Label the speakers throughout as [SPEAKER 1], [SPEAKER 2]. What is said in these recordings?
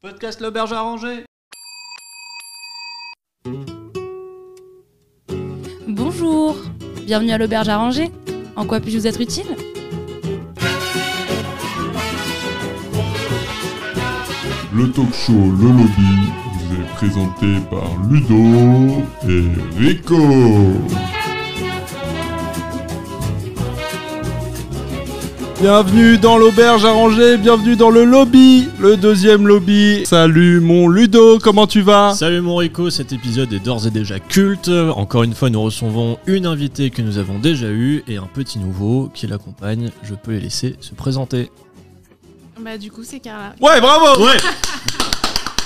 [SPEAKER 1] Podcast l'auberge arrangée.
[SPEAKER 2] Bonjour, bienvenue à l'auberge à Angers. En quoi puis-je vous être utile
[SPEAKER 3] Le talk show Le Lobby vous est présenté par Ludo et Rico.
[SPEAKER 4] Bienvenue dans l'auberge arrangée, bienvenue dans le lobby, le deuxième lobby. Salut mon Ludo, comment tu vas
[SPEAKER 5] Salut mon Rico, cet épisode est d'ores et déjà culte. Encore une fois, nous recevons une invitée que nous avons déjà eue et un petit nouveau qui l'accompagne. Je peux les laisser se présenter.
[SPEAKER 6] Bah du coup c'est Carla.
[SPEAKER 4] Ouais, bravo
[SPEAKER 5] Ouais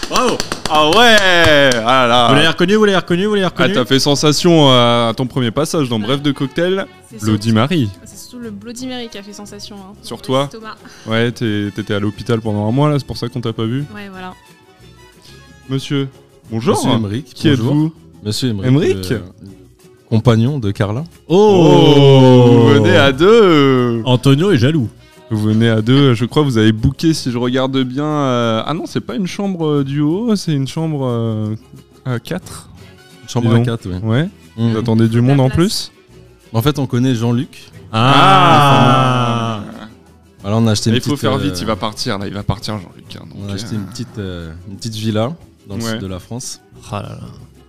[SPEAKER 5] Bravo
[SPEAKER 4] Ah ouais Ah là
[SPEAKER 5] Vous l'avez reconnu, vous l'avez reconnu, vous l'avez
[SPEAKER 4] Ah,
[SPEAKER 5] reconnu
[SPEAKER 4] t'as fait sensation à ton premier passage dans Bref de Cocktail,
[SPEAKER 6] C'est
[SPEAKER 4] Bloody
[SPEAKER 6] surtout-
[SPEAKER 4] Mary.
[SPEAKER 6] C'est surtout le Bloody Mary qui a fait sensation. hein.
[SPEAKER 4] Sur
[SPEAKER 6] Le
[SPEAKER 4] toi
[SPEAKER 6] Thomas.
[SPEAKER 4] Ouais, t'es- t'étais à l'hôpital pendant un mois là, c'est pour ça qu'on t'a pas vu.
[SPEAKER 6] Ouais voilà.
[SPEAKER 4] Monsieur, bonjour
[SPEAKER 7] Monsieur Emmerich,
[SPEAKER 4] Qui
[SPEAKER 7] bonjour.
[SPEAKER 4] êtes-vous
[SPEAKER 7] Oh. Monsieur Emmerich,
[SPEAKER 4] Emmerich
[SPEAKER 7] le- le compagnon de Carla. Oh,
[SPEAKER 4] Vous Oh, venez à deux
[SPEAKER 5] Oh. Antonio est jaloux.
[SPEAKER 4] Vous venez à deux, je crois que vous avez booké, si je regarde bien. euh, Ah non, c'est pas une chambre euh, du haut, c'est une chambre euh, à 4.
[SPEAKER 7] Une Chambre
[SPEAKER 4] Dis
[SPEAKER 7] à
[SPEAKER 4] donc.
[SPEAKER 7] 4, oui.
[SPEAKER 4] Ouais.
[SPEAKER 7] Mm.
[SPEAKER 4] Vous attendez du monde en plus
[SPEAKER 7] En fait, on connaît Jean-Luc. Ah.
[SPEAKER 4] Ah.
[SPEAKER 7] Alors, on a acheté
[SPEAKER 4] Mais
[SPEAKER 7] une
[SPEAKER 4] Il faut
[SPEAKER 7] petite,
[SPEAKER 4] faire
[SPEAKER 7] euh,
[SPEAKER 4] vite, il va partir là, il va partir Jean-Luc. hein, donc,
[SPEAKER 7] On a
[SPEAKER 4] euh,
[SPEAKER 7] acheté une petite, euh, une petite villa dans le
[SPEAKER 4] Ouais.
[SPEAKER 7] sud de la France.
[SPEAKER 5] Ah là là,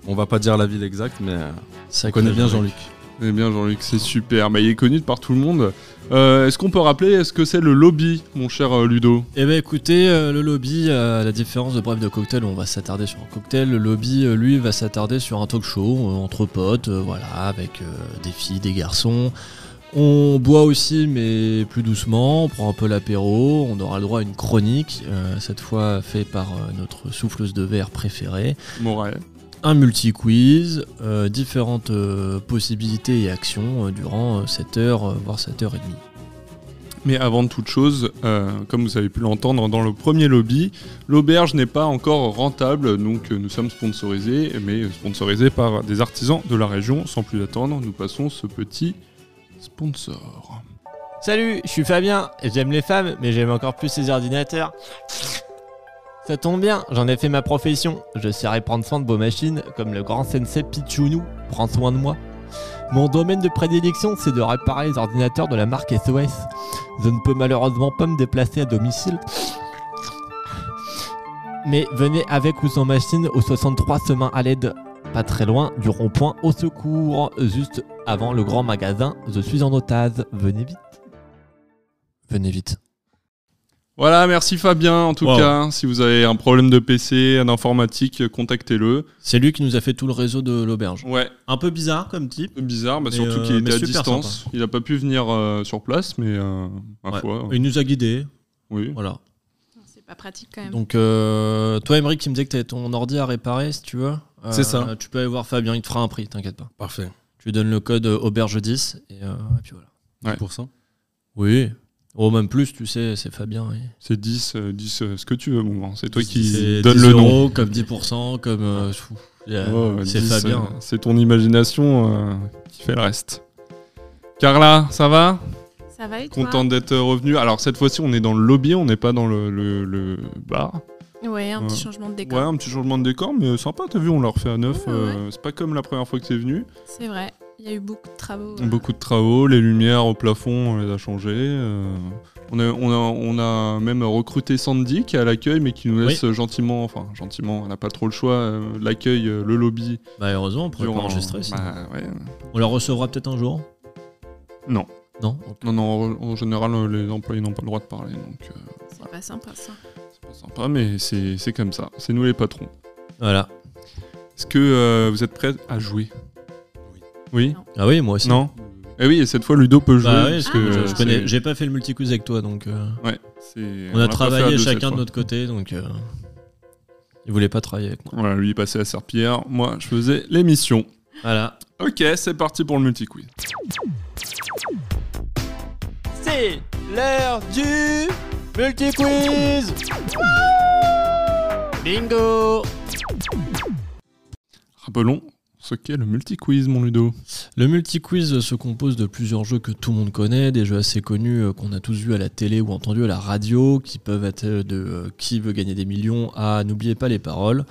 [SPEAKER 7] On va pas dire la ville exacte, mais euh,
[SPEAKER 5] ça
[SPEAKER 7] on connaît bien Jean-Luc.
[SPEAKER 4] Eh bien Jean-Luc, c'est super, mais il est connu de par tout le monde. Euh, est-ce qu'on peut rappeler, est-ce que c'est le lobby, mon cher euh, Ludo
[SPEAKER 5] Eh ben écoutez, euh, le lobby, euh, à la différence de Bref de Cocktail, où on va s'attarder sur un cocktail. Le lobby, euh, lui, va s'attarder sur un talk show euh, entre potes, euh, voilà, avec euh, des filles, des garçons. On boit aussi, mais plus doucement. On prend un peu l'apéro. On aura le droit à une chronique, euh, cette fois fait par euh, notre souffleuse de verre préférée
[SPEAKER 4] Morel.
[SPEAKER 5] un multi-quiz, euh, différentes euh, possibilités et actions euh, durant 7h, voire 7h30.
[SPEAKER 4] Mais avant de toute chose, euh, comme vous avez pu l'entendre dans le premier lobby, l'auberge n'est pas encore rentable, donc euh, nous sommes sponsorisés, mais sponsorisés par des artisans de la région. Sans plus attendre, nous passons ce petit sponsor.
[SPEAKER 8] Salut, je suis Fabien, et j'aime les femmes, mais j'aime encore plus les ordinateurs. Ça tombe bien, j'en ai fait ma profession. Je sais répandre soin de vos machines, comme le grand sensei Pichunu. Prends soin de moi. Mon domaine de prédilection, c'est de réparer les ordinateurs de la marque SOS. Je ne peux malheureusement pas me déplacer à domicile. Mais venez avec ou sans machine au 63 Semain à l'aide, pas très loin du rond-point au secours, juste avant le grand magasin. Je suis en otage, venez vite.
[SPEAKER 5] Venez vite.
[SPEAKER 4] Voilà, merci Fabien en tout
[SPEAKER 5] Wow.
[SPEAKER 4] cas. Si vous avez un problème de PC, d'informatique, contactez-le.
[SPEAKER 5] C'est lui qui nous a fait tout le réseau de l'auberge.
[SPEAKER 4] Ouais,
[SPEAKER 5] Un peu bizarre comme type.
[SPEAKER 4] peu bizarre, bah,
[SPEAKER 5] Mais,
[SPEAKER 4] surtout
[SPEAKER 5] euh,
[SPEAKER 4] qu'il
[SPEAKER 5] mais
[SPEAKER 4] était à
[SPEAKER 5] super
[SPEAKER 4] distance. Il n'a pas pu venir euh, sur place, mais euh, ma
[SPEAKER 5] Ouais.
[SPEAKER 4] foi,
[SPEAKER 5] Il nous a guidés,
[SPEAKER 4] oui.
[SPEAKER 5] voilà.
[SPEAKER 6] C'est pas pratique quand même.
[SPEAKER 5] Donc, euh, toi, Emery, qui me disait que t'avais ton ordi à réparer, si tu veux. euh,
[SPEAKER 7] C'est ça.
[SPEAKER 5] Tu peux aller voir Fabien, il te fera un prix, t'inquiète pas.
[SPEAKER 7] Parfait.
[SPEAKER 5] Tu lui donnes le code euh, auberge 10 et, euh, et puis
[SPEAKER 4] Ouais.
[SPEAKER 5] voilà.
[SPEAKER 7] 10%.
[SPEAKER 5] Oui. Ou même plus, tu sais, c'est Fabien. oui.
[SPEAKER 4] C'est 10, euh, 10 euh, ce que tu veux, mon grand. C'est toi qui
[SPEAKER 5] C'est
[SPEAKER 4] donne
[SPEAKER 5] 10
[SPEAKER 4] le nom.
[SPEAKER 5] euros, comme 10%, comme. euh, pff, yeah,
[SPEAKER 4] Oh,
[SPEAKER 5] c'est
[SPEAKER 4] 10,
[SPEAKER 5] Fabien.
[SPEAKER 4] euh, C'est ton imagination euh, qui fait le reste. Carla, ça va
[SPEAKER 6] ça va et toi
[SPEAKER 4] Content d'être revenu. Alors cette fois-ci, on est dans le lobby, on n'est pas dans le, le- le bar.
[SPEAKER 6] Ouais un
[SPEAKER 4] Ouais.
[SPEAKER 6] petit changement de décor.
[SPEAKER 4] Ouais, un petit changement de décor, mais sympa, t'as vu, on l'a refait à neuf.
[SPEAKER 6] Ouais, ouais.
[SPEAKER 4] euh, c'est pas comme la première fois que t'es venu.
[SPEAKER 6] C'est vrai. Il y a eu beaucoup de travaux. euh,
[SPEAKER 4] Beaucoup de travaux, les lumières au plafond, on les a changées. euh, on, a, on, a, on a même recruté Sandy qui est à l'accueil, mais qui nous laisse gentiment, enfin gentiment, on n'a pas trop le choix, euh, l'accueil, euh, le lobby.
[SPEAKER 5] Bah, heureusement, on pourrait pas
[SPEAKER 4] durant-
[SPEAKER 5] enregistrer. sinon.
[SPEAKER 4] Bah, ouais.
[SPEAKER 5] On la recevra peut-être un jour
[SPEAKER 4] Non.
[SPEAKER 5] Non
[SPEAKER 4] Non, non, en, en général, euh, les employés n'ont pas le droit de parler, donc euh,
[SPEAKER 6] C'est pas sympa ça.
[SPEAKER 4] c'est pas sympa, mais c'est c'est comme ça. C'est nous les patrons.
[SPEAKER 5] Voilà.
[SPEAKER 4] Est-ce que euh, vous êtes prêts à jouer Oui.
[SPEAKER 5] Ah oui, moi aussi.
[SPEAKER 4] Non Eh oui, et cette fois, Ludo peut jouer.
[SPEAKER 5] Bah oui,
[SPEAKER 4] parce
[SPEAKER 5] parce
[SPEAKER 6] Ah,
[SPEAKER 5] que je-
[SPEAKER 4] c'est-
[SPEAKER 5] je connais- j'ai pas fait le multi-quiz avec toi, donc. euh,
[SPEAKER 4] Ouais, c'est-
[SPEAKER 5] on, a
[SPEAKER 4] l'a pas fait à
[SPEAKER 5] travaillé
[SPEAKER 4] deux cette
[SPEAKER 5] chacun de
[SPEAKER 4] fois.
[SPEAKER 5] notre côté, donc. euh, il voulait pas travailler avec moi.
[SPEAKER 4] Voilà, lui il passait la serpillère, moi je faisais l'émission.
[SPEAKER 5] Voilà.
[SPEAKER 4] Ok, c'est parti pour le multi-quiz.
[SPEAKER 8] C'est l'heure du multi-quiz Bingo
[SPEAKER 4] Rappelons, ce qu'est le multi-quiz, mon Ludo.
[SPEAKER 5] Le multi-quiz se compose de plusieurs jeux que tout le monde connaît, des jeux assez connus euh, qu'on a tous vus à la télé ou entendus à la radio, qui peuvent être euh, de euh, qui veut gagner des millions à n'oubliez pas les paroles.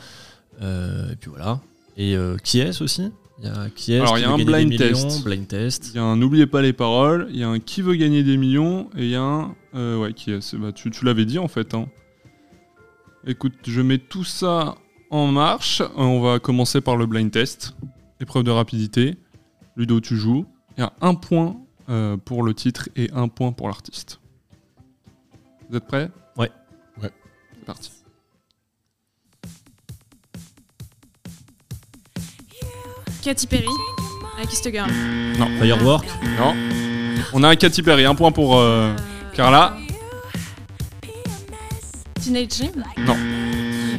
[SPEAKER 5] Euh, et puis voilà. Et euh, qui est-ce aussi Il y a qui est-ce
[SPEAKER 4] Alors, il y
[SPEAKER 5] qui
[SPEAKER 4] a
[SPEAKER 5] veut
[SPEAKER 4] un
[SPEAKER 5] gagner des
[SPEAKER 4] blind
[SPEAKER 5] millions,
[SPEAKER 4] test.
[SPEAKER 5] blind
[SPEAKER 4] Il
[SPEAKER 5] test.
[SPEAKER 4] y a un N'oubliez pas les paroles, il y a un Qui veut gagner des millions, et il y a un. euh, ouais, qui est. c'est- bah, tu tu l'avais dit en fait. hein. Écoute, je mets tout ça en marche. Euh, On va commencer par le blind test. Épreuve de rapidité. Ludo, tu joues. Il y a un point euh, pour le titre et un point pour l'artiste. Vous êtes prêts
[SPEAKER 5] Ouais.
[SPEAKER 7] Ouais.
[SPEAKER 4] C'est parti.
[SPEAKER 6] Katy Perry, I Kissed a Girl.
[SPEAKER 5] Firework,
[SPEAKER 4] Non. On a un Katy Perry, un point pour euh, Carla.
[SPEAKER 6] Teenage Dream.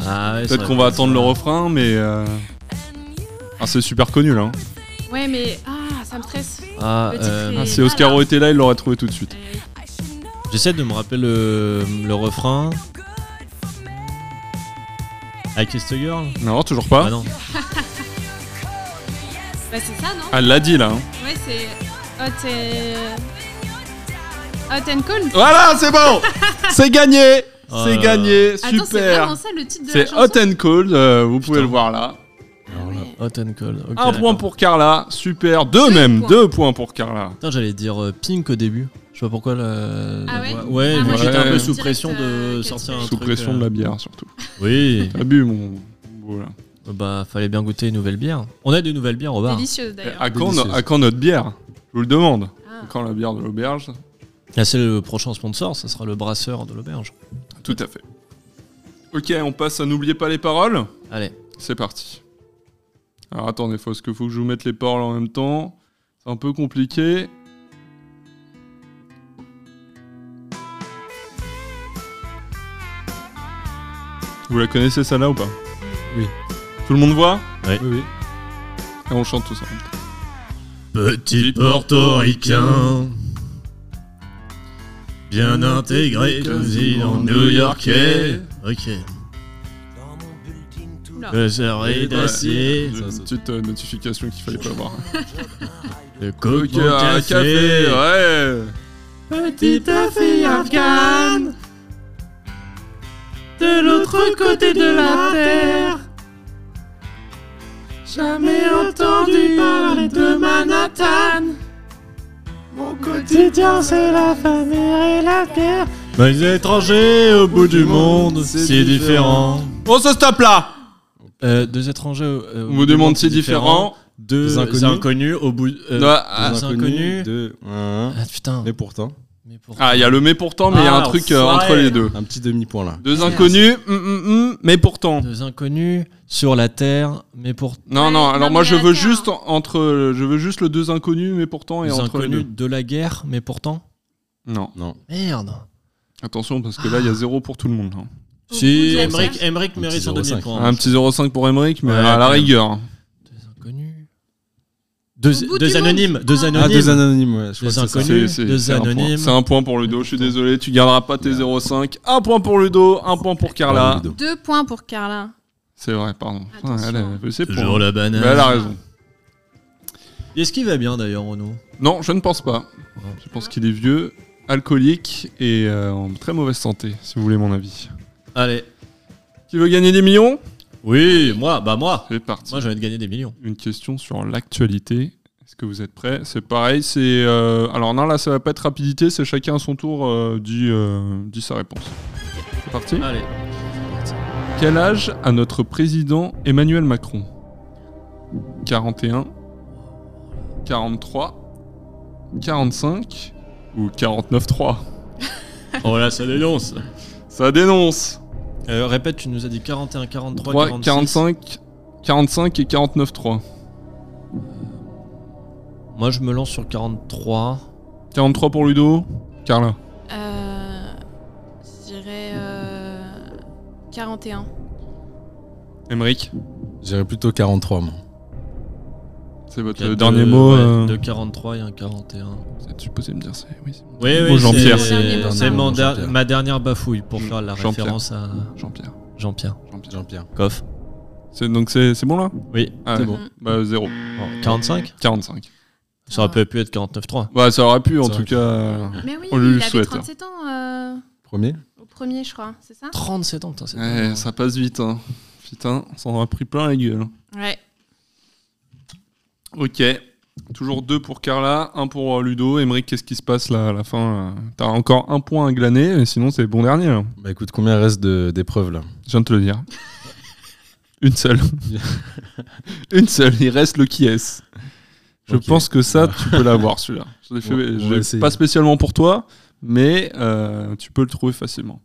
[SPEAKER 5] Ah, ouais, ça
[SPEAKER 4] Peut-être
[SPEAKER 5] aurait
[SPEAKER 4] qu'on
[SPEAKER 5] pu
[SPEAKER 4] va
[SPEAKER 5] être
[SPEAKER 4] attendre
[SPEAKER 5] ça.
[SPEAKER 4] le refrain, mais. euh, Ah, c'est super connu là. hein.
[SPEAKER 6] Ouais, mais ah, ça me stresse.
[SPEAKER 5] Ah,
[SPEAKER 6] Le titre
[SPEAKER 5] euh,
[SPEAKER 6] est-
[SPEAKER 4] Ah, si Oscaro était là, il l'aurait trouvé tout de suite.
[SPEAKER 6] Euh,
[SPEAKER 5] J'essaie de me rappeler le, le refrain. I kissed a girl
[SPEAKER 4] Non, toujours pas.
[SPEAKER 5] Ah non.
[SPEAKER 6] Bah, c'est ça, non
[SPEAKER 4] Ah, Elle l'a dit là. hein.
[SPEAKER 6] Ouais, c'est Hot et. Hot and Cold.
[SPEAKER 4] Voilà, c'est bon C'est gagné
[SPEAKER 5] Oh là
[SPEAKER 4] C'est
[SPEAKER 5] là.
[SPEAKER 4] gagné
[SPEAKER 6] Attends, c'est
[SPEAKER 4] Super
[SPEAKER 6] vraiment ça le titre de la
[SPEAKER 4] C'est
[SPEAKER 6] chanson
[SPEAKER 4] Hot and Cold, euh, vous pouvez
[SPEAKER 5] Putain.
[SPEAKER 4] le voir là.
[SPEAKER 6] Ah ouais.
[SPEAKER 5] Hot and cold. ok,
[SPEAKER 4] Ah, Un point
[SPEAKER 5] d'accord.
[SPEAKER 4] pour Carla, super. Deux
[SPEAKER 6] Deux
[SPEAKER 4] même,
[SPEAKER 6] points.
[SPEAKER 4] deux points pour Carla.
[SPEAKER 5] Putain, j'allais dire euh, Pink au début. Je sais pas pourquoi la. la
[SPEAKER 6] Ah ouais
[SPEAKER 5] voix- moi
[SPEAKER 6] Ah,
[SPEAKER 4] moi,
[SPEAKER 5] j'étais
[SPEAKER 4] j'étais
[SPEAKER 5] un peu
[SPEAKER 4] direct,
[SPEAKER 5] sous
[SPEAKER 6] euh,
[SPEAKER 5] pression de
[SPEAKER 6] Katy
[SPEAKER 5] sortir
[SPEAKER 6] Perry.
[SPEAKER 5] un
[SPEAKER 4] Sous
[SPEAKER 5] truc,
[SPEAKER 4] pression
[SPEAKER 5] euh,
[SPEAKER 4] de la bière surtout.
[SPEAKER 5] Oui.
[SPEAKER 4] T'as bu mon. Voilà.
[SPEAKER 5] bah, fallait bien goûter une nouvelle bière. On a des nouvelles bières au bar.
[SPEAKER 6] Délicieuse d'ailleurs.
[SPEAKER 4] À quand,
[SPEAKER 7] Délicieuse.
[SPEAKER 4] à quand notre bière Je vous le demande.
[SPEAKER 6] Ah.
[SPEAKER 4] Quand la bière de l'auberge
[SPEAKER 5] Ah, c'est le prochain sponsor, ça sera le brasseur de l'auberge.
[SPEAKER 4] Tout à fait. Ok, on passe à N'oubliez pas les paroles.
[SPEAKER 5] Allez.
[SPEAKER 4] C'est parti. Alors attendez, faut, ce que faut que je vous mette les paroles en même temps C'est un peu compliqué. Vous la connaissez celle-là ou pas
[SPEAKER 7] Oui.
[SPEAKER 4] Tout le monde voit
[SPEAKER 7] Oui, oui.
[SPEAKER 4] Et on chante tous en même temps.
[SPEAKER 1] Petit portoricain, bien intégré quasiment new-yorkais.
[SPEAKER 5] Ok.
[SPEAKER 6] Oula.
[SPEAKER 5] Le soleil d'acier,
[SPEAKER 4] Une petite euh, notification qu'il fallait pas voir.
[SPEAKER 5] le
[SPEAKER 4] Ok,
[SPEAKER 5] coco
[SPEAKER 4] un café,
[SPEAKER 5] café,
[SPEAKER 4] ouais
[SPEAKER 5] petite fille afghane, de l'autre côté de la terre. Jamais entendu parler de Manhattan. Mon quotidien, c'est la famille et la guerre. Mais les étrangers au bout du monde, c'est différent.
[SPEAKER 4] On se stoppe là
[SPEAKER 5] Euh, deux étrangers euh, au
[SPEAKER 4] On vous demande si c'est différent.
[SPEAKER 5] Deux
[SPEAKER 7] Des
[SPEAKER 5] inconnus.
[SPEAKER 7] inconnus.
[SPEAKER 5] au bout. euh,
[SPEAKER 4] Non, ah,
[SPEAKER 5] Des inconnus.
[SPEAKER 7] Deux. un, un.
[SPEAKER 5] Ah putain.
[SPEAKER 7] Mais pourtant,
[SPEAKER 5] Mais pour-
[SPEAKER 4] ah, il y a le mais pourtant, mais il y a un
[SPEAKER 5] Ah,
[SPEAKER 4] truc euh,
[SPEAKER 5] enfoiré.
[SPEAKER 4] entre les deux.
[SPEAKER 7] un petit demi-point là.
[SPEAKER 4] Deux inconnus, hum, hum, hum, mais pourtant.
[SPEAKER 5] Deux inconnus sur la terre, mais pour
[SPEAKER 4] Non,
[SPEAKER 6] Ouais,
[SPEAKER 4] non,
[SPEAKER 6] non,
[SPEAKER 4] alors
[SPEAKER 6] mais
[SPEAKER 4] moi je
[SPEAKER 6] à
[SPEAKER 4] veux
[SPEAKER 6] terre.
[SPEAKER 4] juste en- entre je veux juste le deux inconnus mais pourtant et
[SPEAKER 5] Des
[SPEAKER 4] entre les
[SPEAKER 5] inconnus
[SPEAKER 4] deux.
[SPEAKER 5] de la guerre, mais pourtant.
[SPEAKER 4] Non,
[SPEAKER 5] Merde.
[SPEAKER 4] attention parce que là il y a zéro pour tout le monde. hein.
[SPEAKER 6] Au bout de la
[SPEAKER 5] Emmerich,
[SPEAKER 6] terre.
[SPEAKER 5] Emmerich
[SPEAKER 7] Un
[SPEAKER 5] mérite
[SPEAKER 7] petit
[SPEAKER 5] son hein.
[SPEAKER 7] 0,5.
[SPEAKER 5] demi-point.
[SPEAKER 4] Un petit 0,5 pour Emmerich mais
[SPEAKER 5] Ah, Ouais,
[SPEAKER 4] à la
[SPEAKER 5] quand même.
[SPEAKER 4] rigueur.
[SPEAKER 5] Des inconnus. Deux,
[SPEAKER 6] Au bout
[SPEAKER 5] deux
[SPEAKER 6] du
[SPEAKER 5] anonymes, deux
[SPEAKER 6] Ah,
[SPEAKER 5] anonymes.
[SPEAKER 7] Ah, deux anonymes, ouais. Je crois
[SPEAKER 5] Deux
[SPEAKER 7] que c'est ça.
[SPEAKER 5] inconnus.
[SPEAKER 4] C'est c'est-
[SPEAKER 5] deux
[SPEAKER 4] c'est un point.
[SPEAKER 5] anonymes.
[SPEAKER 4] C'est un point pour Ludo, je suis désolé, tu garderas pas tes 0,5. Un point pour Ludo, un point pour Carla.
[SPEAKER 7] Ludo.
[SPEAKER 6] Deux points pour Carla.
[SPEAKER 4] C'est vrai, pardon.
[SPEAKER 6] Attention.
[SPEAKER 4] Ouais, elle a fait ses
[SPEAKER 5] Toujours
[SPEAKER 4] points.
[SPEAKER 5] la
[SPEAKER 4] Mais
[SPEAKER 5] banane.
[SPEAKER 4] elle a
[SPEAKER 6] Ah.
[SPEAKER 4] raison.
[SPEAKER 5] Est-ce qu'il va bien d'ailleurs, Renaud
[SPEAKER 4] Non, je ne pense pas. Je pense qu'il est vieux, alcoolique et euh, en très mauvaise santé, si vous voulez mon avis.
[SPEAKER 5] Allez.
[SPEAKER 4] Qui veut gagner des millions
[SPEAKER 5] Oui, moi, bah moi.
[SPEAKER 4] C'est parti.
[SPEAKER 5] Moi, j'ai envie de gagner des millions.
[SPEAKER 4] une question sur l'actualité. Est-ce que vous êtes prêts C'est pareil, c'est. euh, alors non, là, ça va pas être rapidité, c'est chacun à son tour euh, dit, euh, dit sa réponse. C'est parti
[SPEAKER 5] Allez.
[SPEAKER 4] Quel âge a notre président Emmanuel Macron 41, 43, 45 ou 49,3
[SPEAKER 5] Oh là, ça dénonce.
[SPEAKER 4] Ça dénonce
[SPEAKER 5] Euh, répète, tu nous as dit 41, 43,
[SPEAKER 4] 3,
[SPEAKER 5] 46.
[SPEAKER 4] 45, 45 et 49,3.
[SPEAKER 5] Moi, je me lance sur 43.
[SPEAKER 4] 43 pour Ludo Carla.
[SPEAKER 6] Euh, je dirais euh, 41.
[SPEAKER 4] Emeric,
[SPEAKER 7] J'irais plutôt 43, moi.
[SPEAKER 4] c'est votre
[SPEAKER 5] Il y a
[SPEAKER 4] euh, dernier
[SPEAKER 5] deux-
[SPEAKER 4] mot.
[SPEAKER 5] ouais,
[SPEAKER 4] euh,
[SPEAKER 5] De 43 et un 41.
[SPEAKER 4] C'est supposé me dire ça. Oui, c'est bon.
[SPEAKER 5] Oui,
[SPEAKER 4] Bon,
[SPEAKER 5] oui,
[SPEAKER 4] Jean-Pierre.
[SPEAKER 6] Dernier
[SPEAKER 5] c'est-
[SPEAKER 6] mot,
[SPEAKER 5] C'est mon
[SPEAKER 7] pardon,
[SPEAKER 5] der-
[SPEAKER 7] Jean-Pierre.
[SPEAKER 5] ma dernière bafouille pour faire la
[SPEAKER 4] Jean-Pierre.
[SPEAKER 5] référence à
[SPEAKER 4] Jean-Pierre.
[SPEAKER 5] Jean-Pierre
[SPEAKER 4] Jean-Pierre.
[SPEAKER 7] Jean-Pierre.
[SPEAKER 5] Coff.
[SPEAKER 4] C'est- Donc c'est c'est bon là
[SPEAKER 5] Oui.
[SPEAKER 4] Ah
[SPEAKER 7] C'est
[SPEAKER 4] ouais.
[SPEAKER 7] bon.
[SPEAKER 4] Bah 0.
[SPEAKER 5] Bon, 45
[SPEAKER 4] 45.
[SPEAKER 5] Ça aurait pu être 49.3.
[SPEAKER 4] Bah ça aurait pu en
[SPEAKER 7] Ça
[SPEAKER 4] tout
[SPEAKER 7] aurait pu.
[SPEAKER 4] cas.
[SPEAKER 6] Mais oui,
[SPEAKER 4] On lui
[SPEAKER 6] il
[SPEAKER 4] le
[SPEAKER 6] avait
[SPEAKER 4] souhaite. hein.
[SPEAKER 6] 37 ans euh,
[SPEAKER 7] Premier
[SPEAKER 6] au premier, je crois, c'est ça
[SPEAKER 5] 37 ans, putain, c'est
[SPEAKER 4] Ouais, ça passe vite hein. Putain, on s'en a pris plein la gueule.
[SPEAKER 6] Ouais.
[SPEAKER 4] Ok. Toujours deux pour Carla, un pour euh, Ludo. Émeric, qu'est-ce qui se passe là à la fin là T'as encore un point à glaner, mais sinon c'est bon dernier. là.
[SPEAKER 7] Bah écoute, combien reste de- d'épreuves là
[SPEAKER 4] Je viens de te le dire. Une seule. Une seule, il reste le qui est. Je
[SPEAKER 7] Ok.
[SPEAKER 4] pense que ça, tu peux l'avoir celui-là. Je l'ai fait-
[SPEAKER 7] On- on
[SPEAKER 4] je
[SPEAKER 7] va
[SPEAKER 4] l'ai
[SPEAKER 7] essayer.
[SPEAKER 4] pas spécialement pour toi, mais euh, tu peux le trouver facilement.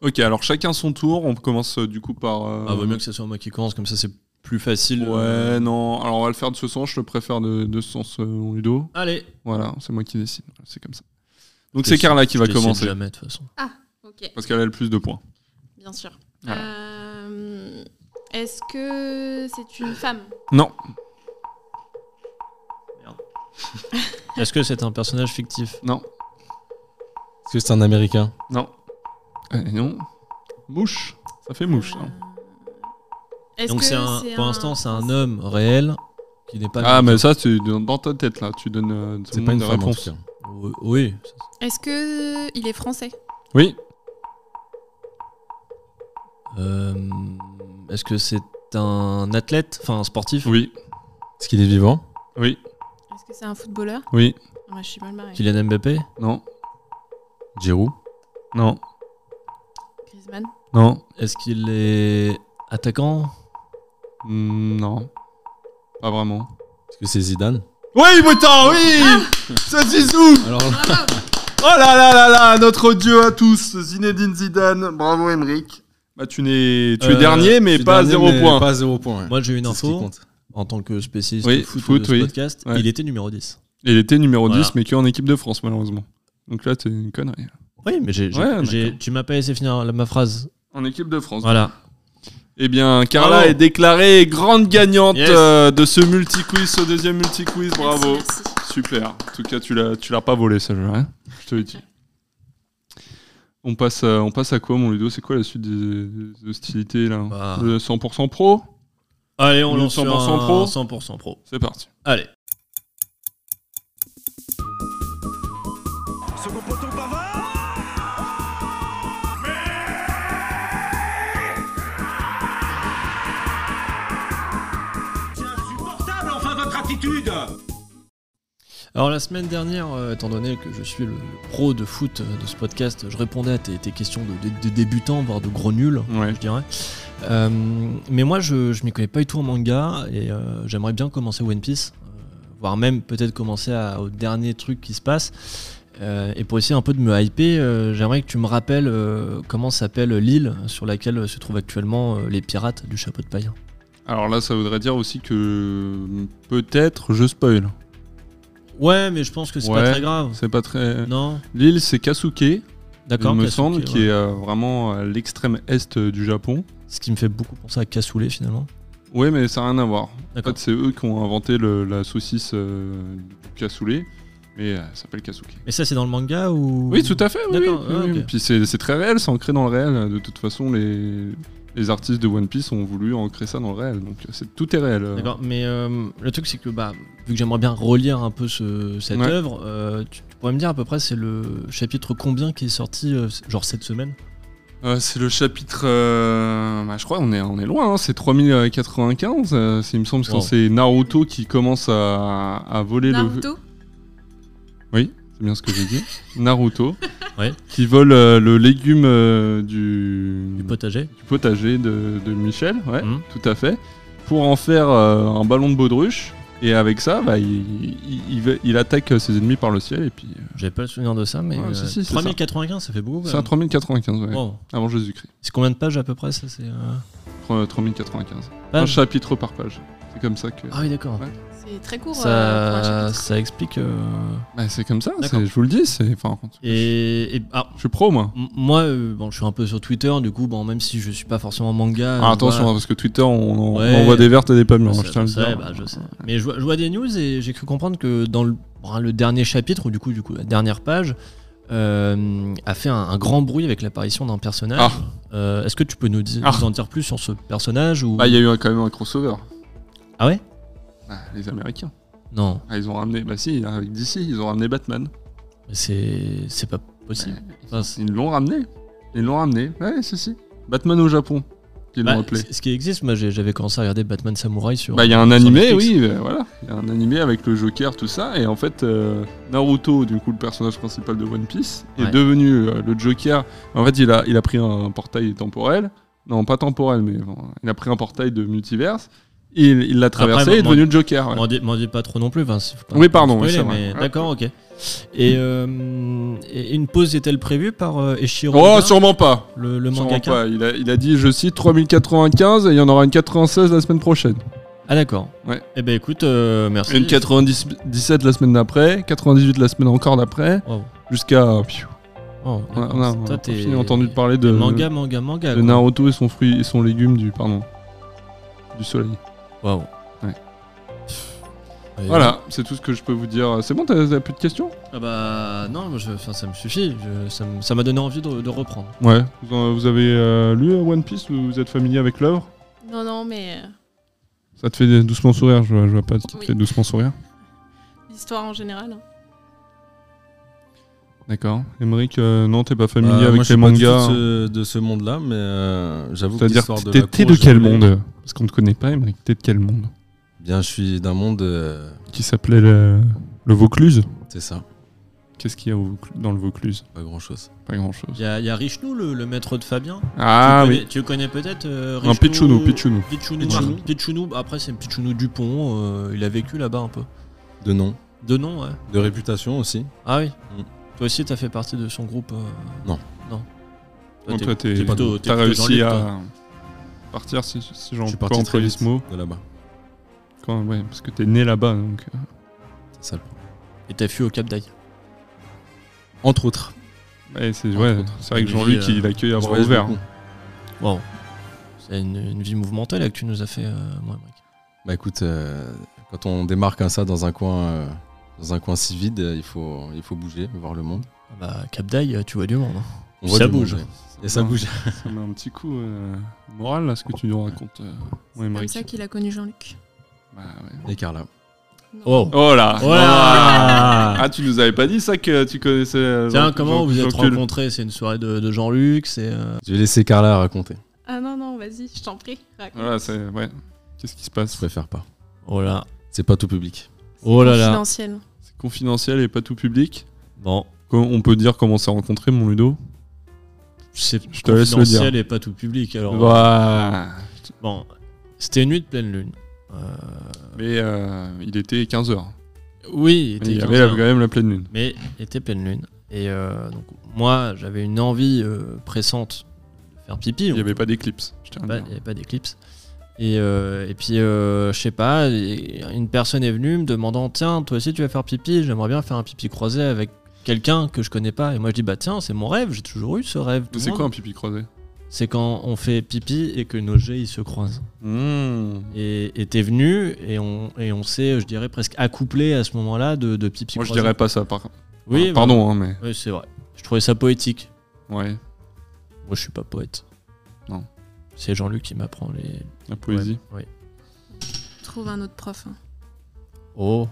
[SPEAKER 4] Ok, alors chacun son tour. On commence euh, du coup par. euh,
[SPEAKER 7] bah,
[SPEAKER 5] Ah, vaut mieux que ce soit moi qui commence, comme ça c'est plus facile. euh,
[SPEAKER 4] Ouais, non. Alors on va le faire de ce sens. Je le préfère de, de ce sens, euh, Ludo.
[SPEAKER 5] Allez,
[SPEAKER 4] Voilà, c'est moi qui décide. Voilà, C'est comme ça. Donc
[SPEAKER 5] Je
[SPEAKER 4] c'est
[SPEAKER 5] décide-
[SPEAKER 4] Carla qui va
[SPEAKER 5] je décide
[SPEAKER 4] commencer.
[SPEAKER 5] jamais de toute façon.
[SPEAKER 6] Ok,
[SPEAKER 4] Parce qu'elle a le plus de points.
[SPEAKER 6] bien sûr.
[SPEAKER 4] Voilà.
[SPEAKER 6] Euh, Est-ce que c'est une femme
[SPEAKER 4] Non,
[SPEAKER 5] Est-ce que c'est un personnage fictif
[SPEAKER 4] non,
[SPEAKER 7] Est-ce que c'est un américain
[SPEAKER 4] non. Eh, non. Mouche. Ça fait mouche. hein.
[SPEAKER 6] Euh, est-ce
[SPEAKER 5] Donc
[SPEAKER 6] que
[SPEAKER 5] c'est un, pour l'instant c'est un homme réel qui n'est pas.
[SPEAKER 4] Ah, mais
[SPEAKER 5] américain.
[SPEAKER 4] ça, c'est dans dans ta tête, là. Tu donnes euh, tout
[SPEAKER 7] C'est
[SPEAKER 4] le
[SPEAKER 7] pas
[SPEAKER 4] monde
[SPEAKER 7] une
[SPEAKER 4] des
[SPEAKER 7] femme en tout
[SPEAKER 4] réponses.
[SPEAKER 7] cas.
[SPEAKER 5] Oui, Oui.
[SPEAKER 6] Est-ce que il est français
[SPEAKER 4] Oui,
[SPEAKER 5] Euh, Est-ce que c'est un athlète, enfin un sportif
[SPEAKER 7] hein.
[SPEAKER 4] oui,
[SPEAKER 7] Est-ce qu'il est vivant
[SPEAKER 4] oui,
[SPEAKER 6] Est-ce que c'est un footballeur
[SPEAKER 4] oui.
[SPEAKER 6] Moi, je suis mal barrée.
[SPEAKER 5] Kylian Mbappé
[SPEAKER 4] Non,
[SPEAKER 7] Giroud
[SPEAKER 4] non,
[SPEAKER 6] Griezmann.
[SPEAKER 4] non,
[SPEAKER 5] Est-ce qu'il est attaquant
[SPEAKER 4] Mm, non. Pas vraiment. Ah
[SPEAKER 7] Est-ce que c'est Zidane
[SPEAKER 4] Oui, Boutin, oui C'est Zizou
[SPEAKER 7] Alors
[SPEAKER 5] Ah,
[SPEAKER 7] là,
[SPEAKER 4] Oh là là là là, notre dieu à tous, Zinedine Zidane. Bravo, Emeric. Bah, tu, n'es, tu es
[SPEAKER 5] Euh,
[SPEAKER 4] dernier, mais
[SPEAKER 7] je suis
[SPEAKER 4] pas à
[SPEAKER 7] dernier,
[SPEAKER 4] zéro
[SPEAKER 7] mais
[SPEAKER 4] point.
[SPEAKER 7] Pas à zéro point. ouais.
[SPEAKER 5] Moi j'ai une
[SPEAKER 7] C'est ce qui
[SPEAKER 5] info
[SPEAKER 7] compte.
[SPEAKER 5] en tant que spécialiste
[SPEAKER 4] Oui,
[SPEAKER 5] de foot,
[SPEAKER 4] foot,
[SPEAKER 5] de ce
[SPEAKER 4] oui.
[SPEAKER 5] podcast.
[SPEAKER 4] Ouais.
[SPEAKER 5] Il était numéro 10.
[SPEAKER 4] Il était numéro
[SPEAKER 5] Voilà.
[SPEAKER 4] 10, mais qu'en équipe de France, malheureusement. Donc là, t'es une connerie.
[SPEAKER 5] Oui, mais j'ai, j'ai-
[SPEAKER 4] Ouais,
[SPEAKER 5] j'ai-
[SPEAKER 4] d'accord.
[SPEAKER 5] tu m'as pas laissé finir la- ma phrase.
[SPEAKER 4] En équipe de France.
[SPEAKER 5] Voilà.
[SPEAKER 4] Eh bien, Carla
[SPEAKER 5] Bravo.
[SPEAKER 4] est déclarée grande gagnante
[SPEAKER 5] Yes.
[SPEAKER 4] euh, de ce multi-quiz, ce deuxième multi-quiz. Bravo.
[SPEAKER 6] Merci, merci.
[SPEAKER 4] Super. En tout cas, tu l'as, tu l'as pas volé, celle-là. hein Je te le dis. On passe, à, on passe à quoi, mon Ludo C'est quoi la suite des, des hostilités, là Euh,
[SPEAKER 5] Bah.
[SPEAKER 4] De 100% pro
[SPEAKER 5] Allez,
[SPEAKER 4] on lance sur un pro.
[SPEAKER 5] 100% pro.
[SPEAKER 4] C'est parti.
[SPEAKER 5] Allez. Alors la semaine dernière, euh, étant donné que je suis le, le pro de foot euh, de ce podcast, je répondais à tes, tes questions de, de- de débutants, voire de gros nuls,
[SPEAKER 4] Ouais.
[SPEAKER 5] je dirais. Euh, mais moi, je, je m'y connais pas du tout en manga et euh, j'aimerais bien commencer One Piece, euh, voire même peut-être commencer à- au dernier truc qui se passe. Euh, et pour essayer un peu de me hyper, euh, j'aimerais que tu me rappelles euh, comment s'appelle l'île sur laquelle se trouvent actuellement euh, les pirates du chapeau de paille.
[SPEAKER 4] Alors là, ça voudrait dire aussi que peut-être je spoil.
[SPEAKER 5] Ouais, mais je pense que c'est pas
[SPEAKER 4] Ouais.
[SPEAKER 5] très grave.
[SPEAKER 4] C'est pas très.
[SPEAKER 5] Non,
[SPEAKER 4] L'île, c'est Kasuke.
[SPEAKER 5] d'accord.
[SPEAKER 4] il me
[SPEAKER 5] Kasuke,
[SPEAKER 4] semble, qui
[SPEAKER 5] ouais.
[SPEAKER 4] est euh, vraiment à l'extrême est euh, du Japon.
[SPEAKER 5] Ce qui me fait beaucoup penser à Cassoulet finalement.
[SPEAKER 4] Ouais, mais ça n'a rien à voir. En
[SPEAKER 5] D'accord.
[SPEAKER 4] fait, c'est eux qui ont inventé le- la saucisse euh, du cassoulet, mais euh, elle s'appelle Kasuke.
[SPEAKER 5] Et ça, c'est dans le manga ou
[SPEAKER 4] Oui, tout à fait, oui.
[SPEAKER 5] D'accord,
[SPEAKER 4] oui,
[SPEAKER 5] ah,
[SPEAKER 4] oui.
[SPEAKER 5] ok.
[SPEAKER 4] Et Puis c'est c'est très réel, c'est ancré dans le réel. De toute façon, les, les artistes de One Piece ont voulu ancrer ça dans le réel, donc c'est- tout est réel. euh.
[SPEAKER 5] D'accord, mais euh, le truc, c'est que bah, vu que j'aimerais bien relire un peu ce- cette
[SPEAKER 4] Ouais.
[SPEAKER 5] œuvre, euh, tu, tu pourrais me dire à peu près c'est le chapitre combien qui est sorti, euh, c- genre cette semaine
[SPEAKER 4] Euh, c'est le chapitre. euh, bah, je crois on est, on est loin, hein, c'est 3095. euh, c'est- il me semble que
[SPEAKER 5] Wow.
[SPEAKER 4] c'est Naruto qui commence à, à voler le.
[SPEAKER 6] Naruto
[SPEAKER 4] C'est bien ce que j'ai dit. Naruto.
[SPEAKER 5] Ouais.
[SPEAKER 4] Qui vole euh, le légume euh, du,
[SPEAKER 5] du potager.
[SPEAKER 4] du potager de, de Michel, ouais,
[SPEAKER 5] Mhm.
[SPEAKER 4] tout à fait, pour en faire euh, un ballon de baudruche. Et avec ça, bah, il, il- il va- il attaque euh, ses ennemis par le ciel. Et puis, euh,
[SPEAKER 5] J'ai pas le souvenir de ça, mais
[SPEAKER 4] Ouais,
[SPEAKER 5] euh,
[SPEAKER 4] si, si, c'est
[SPEAKER 5] 3095, ça fait beaucoup. quand
[SPEAKER 4] c'est à
[SPEAKER 5] même.
[SPEAKER 4] 3095, ouais,
[SPEAKER 5] Wow.
[SPEAKER 4] avant Jésus-Christ.
[SPEAKER 5] C'est combien de pages à peu près ça c'est, euh,
[SPEAKER 4] Tro- 3095. Un
[SPEAKER 5] pages
[SPEAKER 4] chapitre par page. C'est comme ça que.
[SPEAKER 5] Ah oui, d'accord.
[SPEAKER 4] Ouais.
[SPEAKER 6] C'est très court. euh, pour un
[SPEAKER 5] Ça,
[SPEAKER 6] chapitre.
[SPEAKER 5] ça explique. euh,
[SPEAKER 4] Bah, c'est comme ça, c'est-
[SPEAKER 5] D'accord.
[SPEAKER 4] je vous le dis. c'est- Enfin,
[SPEAKER 5] Et, et- ah,
[SPEAKER 4] je suis pro, moi.
[SPEAKER 5] m- moi, euh, bon, je suis un peu sur Twitter, du coup, bon, même si je suis pas forcément manga.
[SPEAKER 4] Ah,
[SPEAKER 5] euh,
[SPEAKER 4] attention,
[SPEAKER 5] voilà.
[SPEAKER 4] hein, parce que Twitter, on, en- on
[SPEAKER 5] Ouais.
[SPEAKER 4] envoie des vertes et des pommes. hein,
[SPEAKER 5] Je
[SPEAKER 4] je
[SPEAKER 5] sais,
[SPEAKER 4] tiens à le
[SPEAKER 5] je sais,
[SPEAKER 4] dire.
[SPEAKER 5] bah, je sais. Mais je vois, je vois des news et j'ai cru comprendre que dans le, bon, le dernier chapitre, ou du coup, du coup, la dernière page, euh, a fait un, un grand bruit avec l'apparition d'un personnage.
[SPEAKER 4] Ah.
[SPEAKER 5] Euh, Est-ce que tu peux nous, di-
[SPEAKER 4] Ah.
[SPEAKER 5] nous en dire plus sur ce personnage ou...
[SPEAKER 4] Ah, il y a eu un- quand même un crossover.
[SPEAKER 5] Ah ouais
[SPEAKER 4] Ah, Les Américains.
[SPEAKER 5] Non,
[SPEAKER 4] Ah, ils ont ramené, bah si, avec DC, ils ont ramené Batman.
[SPEAKER 5] mais c'est c'est pas possible. Enfin, c'est-
[SPEAKER 4] Ils l'ont ramené. Ils l'ont ramené. Ouais, si, si. Batman au Japon, ils
[SPEAKER 5] bah,
[SPEAKER 4] l'ont appelé.
[SPEAKER 5] c- ce qui existe, moi j'ai- j'avais commencé à regarder Batman Samurai sur.
[SPEAKER 4] Bah, il y a un
[SPEAKER 5] sur
[SPEAKER 4] animé,
[SPEAKER 5] Netflix.
[SPEAKER 4] oui, bah, voilà. Il y a un animé avec le Joker, tout ça. Et en fait, euh, Naruto, du coup, le personnage principal de One Piece, est
[SPEAKER 5] Ouais.
[SPEAKER 4] devenu euh, le Joker. En fait, il a, il a pris un portail temporel. Non, pas temporel, mais bon, il a pris un portail de multiverse. Et il il l'a traversé
[SPEAKER 5] moi-
[SPEAKER 4] et est devenu le Joker. ouais.
[SPEAKER 5] M'en dis, m'en dis pas trop non plus. Vince, faut pas
[SPEAKER 4] Oui, pardon, oui,
[SPEAKER 5] spoiler,
[SPEAKER 4] c'est vrai.
[SPEAKER 5] mais
[SPEAKER 4] Ouais.
[SPEAKER 5] D'accord, ok. Et, euh, et une pause est-elle prévue par euh, Eiichiro
[SPEAKER 4] Oh,
[SPEAKER 5] Oda,
[SPEAKER 4] sûrement pas.
[SPEAKER 5] le, le
[SPEAKER 4] Sûrement
[SPEAKER 5] mangaka
[SPEAKER 4] pas. Il a, il a dit, je cite, 3095 et il y en aura une 96 la semaine prochaine.
[SPEAKER 5] Ah d'accord.
[SPEAKER 4] Ouais.
[SPEAKER 5] Eh ben écoute, euh, merci.
[SPEAKER 4] Une 97 la semaine d'après, 98 la semaine encore d'après,
[SPEAKER 5] Wow.
[SPEAKER 4] jusqu'à... Pfiou.
[SPEAKER 5] Oh,
[SPEAKER 4] On a, on a-
[SPEAKER 5] d'accord.
[SPEAKER 4] on a
[SPEAKER 5] Toi, t'es-
[SPEAKER 4] fini entendu parler de,
[SPEAKER 5] Manga, manga, manga.
[SPEAKER 4] de
[SPEAKER 5] quoi.
[SPEAKER 4] Naruto et son fruit et son légume du... Pardon. Du soleil.
[SPEAKER 5] Waouh.
[SPEAKER 4] Ouais.
[SPEAKER 5] Et-
[SPEAKER 4] Voilà, c'est tout ce que je peux vous dire. C'est bon, t'as t'as plus de questions
[SPEAKER 5] Ah bah non, moi, je, enfin, ça me suffit. Je- ça me- ça m'a donné envie de, de reprendre.
[SPEAKER 4] Ouais. Vous, en- vous avez euh, lu euh, One Piece Vous vous êtes familier avec l'œuvre
[SPEAKER 6] Non, non, mais euh,
[SPEAKER 4] Ça te fait doucement sourire, je, vois- je vois pas ce qui te
[SPEAKER 6] Oui.
[SPEAKER 4] fait doucement sourire.
[SPEAKER 6] l'histoire en général. hein.
[SPEAKER 4] D'accord. Emmerich, euh, non, t'es pas
[SPEAKER 7] Bah,
[SPEAKER 4] familier
[SPEAKER 7] moi,
[SPEAKER 4] avec
[SPEAKER 7] je suis
[SPEAKER 4] les
[SPEAKER 7] pas du tout
[SPEAKER 4] mangas. hein.
[SPEAKER 7] de ce- de ce monde-là, mais euh, j'avoue que
[SPEAKER 4] C'est-à-dire,
[SPEAKER 7] l'histoire
[SPEAKER 4] que
[SPEAKER 7] de
[SPEAKER 4] t'es
[SPEAKER 7] la
[SPEAKER 4] t'es
[SPEAKER 7] pro,
[SPEAKER 4] de
[SPEAKER 7] je
[SPEAKER 4] quel
[SPEAKER 7] l'ai-
[SPEAKER 4] monde euh, Parce qu'on te connaît pas, Émeric, t'es de quel monde
[SPEAKER 7] Bien, je suis d'un monde. euh,
[SPEAKER 4] Qui s'appelait le, le Vaucluse
[SPEAKER 7] c'est ça,
[SPEAKER 4] Qu'est-ce qu'il y a au Vaucluse- dans le Vaucluse
[SPEAKER 7] pas grand-chose.
[SPEAKER 4] Pas grand-chose.
[SPEAKER 5] Il y a, il y a Richnou, le, le maître de Fabien.
[SPEAKER 4] Ah
[SPEAKER 5] tu
[SPEAKER 4] oui,
[SPEAKER 5] Connais, tu connais peut-être euh,
[SPEAKER 4] un Pichounou, Pichounou.
[SPEAKER 5] Pichounou.
[SPEAKER 7] Pichounou.
[SPEAKER 5] ouais. Pichounou, Après, c'est Pichounou Dupont. euh, il a vécu là-bas un peu.
[SPEAKER 7] De nom,
[SPEAKER 5] De nom, ouais.
[SPEAKER 7] de réputation aussi.
[SPEAKER 5] Ah oui.
[SPEAKER 7] Mm.
[SPEAKER 5] Toi aussi, t'as fait partie de son groupe. euh,
[SPEAKER 7] Non.
[SPEAKER 5] Non.
[SPEAKER 4] Bon,
[SPEAKER 5] t'es-
[SPEAKER 4] toi,
[SPEAKER 5] t'es
[SPEAKER 4] t'es-
[SPEAKER 5] plutôt- t'es
[SPEAKER 4] t'as
[SPEAKER 5] plutôt dans
[SPEAKER 4] réussi
[SPEAKER 5] l'île, toi.
[SPEAKER 4] à hein. partir, si, si j'en
[SPEAKER 7] je suis
[SPEAKER 4] peux
[SPEAKER 7] parti très
[SPEAKER 4] employer
[SPEAKER 7] vite
[SPEAKER 4] ce mot.
[SPEAKER 7] de là-bas.
[SPEAKER 4] Quand, ouais, parce que t'es né là-bas, donc... euh,
[SPEAKER 7] C'est ça le problème.
[SPEAKER 5] Et t'as fui au Cap d'Aïe.
[SPEAKER 7] Entre autres.
[SPEAKER 4] euh, ouais, c'est
[SPEAKER 7] Entre
[SPEAKER 4] ouais,
[SPEAKER 7] autres.
[SPEAKER 4] c'est vrai que
[SPEAKER 5] Lui,
[SPEAKER 4] Jean-Luc,
[SPEAKER 5] euh,
[SPEAKER 4] il accueille à
[SPEAKER 7] Je
[SPEAKER 4] bras
[SPEAKER 7] voyage
[SPEAKER 4] ouverts.
[SPEAKER 7] beaucoup.
[SPEAKER 5] Wow. C'est une, une vie mouvementée là que tu nous as fait, euh, moi, Mike.
[SPEAKER 7] Bah écoute, euh, quand on démarre comme ça dans un coin, euh, dans un coin si vide, euh, il faut, il faut bouger, voir le monde.
[SPEAKER 5] Ah Bah, Cap d'Aïe, euh, tu vois du monde. hein.
[SPEAKER 7] On
[SPEAKER 5] Ça
[SPEAKER 7] du monde,
[SPEAKER 5] bouge.
[SPEAKER 7] ouais. Et ça
[SPEAKER 4] Ouais.
[SPEAKER 7] bouge.
[SPEAKER 4] hein. Ça met un petit coup euh, moral, là, ce que tu nous racontes, euh, ouais,
[SPEAKER 6] C'est comme
[SPEAKER 4] Émeric.
[SPEAKER 6] ça qu'il a connu Jean-Luc.
[SPEAKER 4] Bah, ouais.
[SPEAKER 7] Et Carla.
[SPEAKER 5] Wow.
[SPEAKER 4] Oh là
[SPEAKER 5] Voilà
[SPEAKER 4] Ah, tu nous avais pas dit ça que tu connaissais... euh,
[SPEAKER 5] Tiens,
[SPEAKER 4] Jean-
[SPEAKER 5] comment
[SPEAKER 4] Jean-
[SPEAKER 5] vous êtes
[SPEAKER 4] Jean-Cul
[SPEAKER 5] rencontrés C'est une soirée de, de Jean-Luc, c'est. euh,
[SPEAKER 7] Je vais laisser Carla raconter.
[SPEAKER 6] Ah non, non, vas-y, je t'en prie. raconte.
[SPEAKER 4] Voilà, c'est... Ouais. Qu'est-ce qui se
[SPEAKER 7] Je
[SPEAKER 4] passe
[SPEAKER 7] préfère pas.
[SPEAKER 5] Oh là.
[SPEAKER 7] C'est pas tout public.
[SPEAKER 5] Oh là là.
[SPEAKER 6] Confidentiel.
[SPEAKER 4] C'est confidentiel et pas tout public.
[SPEAKER 5] Bon,
[SPEAKER 4] Qu'on- On peut dire comment on s'est rencontré, mon Ludo
[SPEAKER 5] c'est
[SPEAKER 4] Je te laisse le dire.
[SPEAKER 5] confidentiel et pas tout public. Alors, euh,
[SPEAKER 4] Bah.
[SPEAKER 5] bon, c'était une nuit de pleine lune. Euh,
[SPEAKER 4] Mais euh, il était 15h.
[SPEAKER 5] Oui,
[SPEAKER 4] Il y
[SPEAKER 5] était
[SPEAKER 4] avait la-
[SPEAKER 5] 15
[SPEAKER 4] quand
[SPEAKER 5] heures.
[SPEAKER 4] même la pleine lune.
[SPEAKER 5] mais était pleine lune. Et euh, donc, moi, j'avais une envie euh, pressante de faire pipi.
[SPEAKER 4] Il n'y avait pas d'éclipse. je tiens à le
[SPEAKER 5] Pas-
[SPEAKER 4] dire.
[SPEAKER 5] Bah, il y avait pas d'éclipse. Et, euh, et puis, euh, je sais pas, et- une personne est venue me demandant Tiens, toi aussi tu vas faire pipi, j'aimerais bien faire un pipi croisé avec quelqu'un que je connais pas. Et moi, je dis Bah, tiens, c'est mon rêve, j'ai toujours eu ce rêve. tout
[SPEAKER 4] C'est
[SPEAKER 5] le
[SPEAKER 4] quoi
[SPEAKER 5] monde.
[SPEAKER 4] un pipi croisé
[SPEAKER 5] C'est quand on fait pipi et que nos jets ils se croisent. Hmm. Et et t'es venu et on, et on s'est, je dirais, presque accouplé à ce moment-là de, de pipi
[SPEAKER 4] Moi, je
[SPEAKER 5] croisé.
[SPEAKER 4] dirais pas ça. Par...
[SPEAKER 5] Oui,
[SPEAKER 4] Ah, pardon, hein, mais.
[SPEAKER 5] voilà. Oui, c'est vrai. Je trouvais ça poétique.
[SPEAKER 4] Ouais,
[SPEAKER 5] Moi, je suis pas poète.
[SPEAKER 4] Non.
[SPEAKER 5] C'est Jean-Luc qui m'apprend les.
[SPEAKER 4] la poésie.
[SPEAKER 5] Ouais, oui.
[SPEAKER 6] Trouve un autre prof. hein.
[SPEAKER 5] Oh.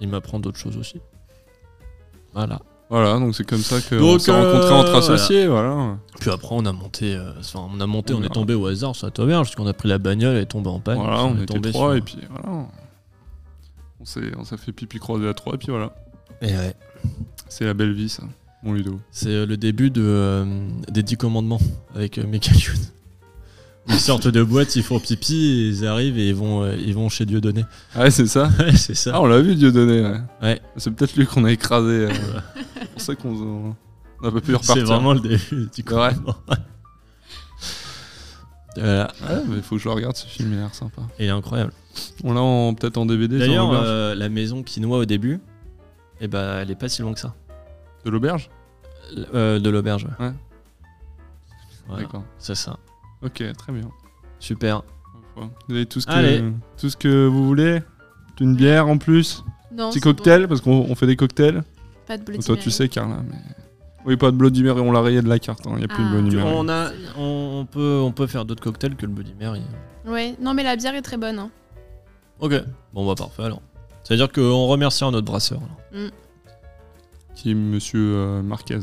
[SPEAKER 5] Il m'apprend d'autres choses aussi. Voilà.
[SPEAKER 4] Voilà, donc c'est comme ça qu'on
[SPEAKER 5] Donc,
[SPEAKER 4] s'est
[SPEAKER 5] euh,
[SPEAKER 4] rencontrés entre associés, voilà.
[SPEAKER 5] Puis après, on a monté, euh, enfin, on a monté,
[SPEAKER 4] On
[SPEAKER 5] on,
[SPEAKER 4] a-
[SPEAKER 5] est tombé au hasard, ça tombe bien, parce qu'on a pris la bagnole, elle est tombée en panne.
[SPEAKER 4] Voilà,
[SPEAKER 5] puis
[SPEAKER 4] on,
[SPEAKER 5] est
[SPEAKER 4] était
[SPEAKER 5] tombé
[SPEAKER 4] trois,
[SPEAKER 5] sur-
[SPEAKER 4] et puis voilà. On s'est on s'est fait pipi croisé à trois, et puis voilà.
[SPEAKER 5] Et Eh ouais.
[SPEAKER 4] C'est la belle vie, ça, mon Ludo.
[SPEAKER 5] C'est euh, le début de, euh, des 10 commandements avec euh, Michael Youn. Ils sortent de boîte, ils font pipi, et ils arrivent et ils vont, euh, ils vont chez Dieu donné.
[SPEAKER 4] Ah, ouais, c'est ça
[SPEAKER 5] Ouais, c'est ça.
[SPEAKER 4] Ah, on l'a vu, Dieudonné. Ouais.
[SPEAKER 5] Ouais.
[SPEAKER 4] C'est peut-être lui qu'on a écrasé. euh, c'est pour ça qu'on on n'a pas pu
[SPEAKER 5] c'est
[SPEAKER 4] repartir.
[SPEAKER 5] vraiment le début du
[SPEAKER 4] Ouais.
[SPEAKER 5] commandement. Voilà.
[SPEAKER 4] Ouais, mais faut que je le regarde ce film, il a l'air sympa.
[SPEAKER 5] il est Euh, incroyable.
[SPEAKER 4] On l'a en- peut-être en DVD, sur
[SPEAKER 5] D'ailleurs,
[SPEAKER 4] l'auberge.
[SPEAKER 5] euh, la maison qui noie au début, eh ben, elle est pas si loin que ça.
[SPEAKER 4] De l'auberge
[SPEAKER 5] Euh, de l'auberge, ouais.
[SPEAKER 4] Ouais.
[SPEAKER 5] Voilà,
[SPEAKER 4] D'accord.
[SPEAKER 5] c'est ça.
[SPEAKER 4] Ok, très bien.
[SPEAKER 5] Super.
[SPEAKER 4] Voilà. Vous avez tout ce, que,
[SPEAKER 5] Allez.
[SPEAKER 4] tout ce que vous voulez Une bière en plus
[SPEAKER 6] Non,
[SPEAKER 4] Petit
[SPEAKER 6] c'est bon.
[SPEAKER 4] cocktail, parce qu'on on fait des cocktails
[SPEAKER 6] Pas de Bloody
[SPEAKER 4] Toi,
[SPEAKER 6] Mary.
[SPEAKER 4] tu sais, Carla. Mais... Oui, pas de Bloody Mary, on l'a rayé de la carte. hein. Il n'y a plus de
[SPEAKER 6] Ah.
[SPEAKER 4] Bloody
[SPEAKER 5] Tu-
[SPEAKER 4] Mary.
[SPEAKER 5] on, a, on, on peut, on peut faire d'autres cocktails que le Bloody Mary.
[SPEAKER 6] Ouais, non, mais la bière est très bonne. hein.
[SPEAKER 5] Ok, bon bah parfait alors. C'est-à-dire qu'on remercie notre brasseur. alors.
[SPEAKER 4] Qui est monsieur euh, Marquez.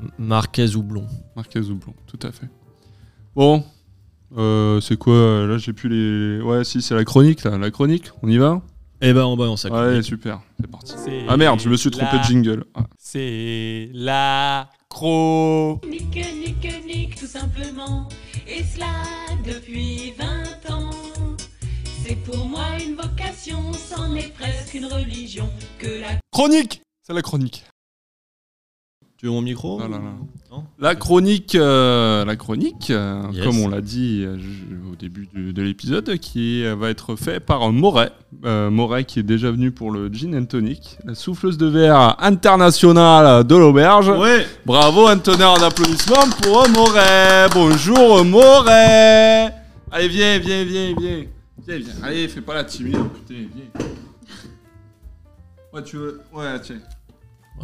[SPEAKER 5] M- Marquez Houblon.
[SPEAKER 4] Marquez Houblon, tout à fait. Bon, euh, c'est quoi euh, Là, j'ai plus les. Ouais, si, c'est la chronique, là. La chronique, on y va
[SPEAKER 5] Eh ben on balance ça.
[SPEAKER 4] Ouais, super, c'est parti. Ah merde, je me suis trompé de jingle. Ah.
[SPEAKER 8] C'est la cro.
[SPEAKER 9] Nique, nique, nique, tout simplement. Et cela depuis 20 ans. C'est pour moi une vocation, c'en est presque une religion. Que la
[SPEAKER 4] Chronique C'est la chronique.
[SPEAKER 5] Tu veux mon micro
[SPEAKER 4] Ah là là.
[SPEAKER 5] Non
[SPEAKER 4] La chronique, euh, la chronique euh,
[SPEAKER 5] Yes.
[SPEAKER 4] comme on l'a dit euh, je- au début du- de l'épisode, qui euh, va être fait par Moret. Euh, Moret qui est déjà venu pour le Gin and Tonic, la souffleuse de verre internationale de l'auberge.
[SPEAKER 1] Ouais,
[SPEAKER 4] Bravo, un tonnerre d'applaudissements pour Moret. Bonjour Moret. Allez, viens, viens, viens, viens. Viens, viens. Allez, fais pas la timide, putain, viens. Ouais, tu veux. Ouais, tiens.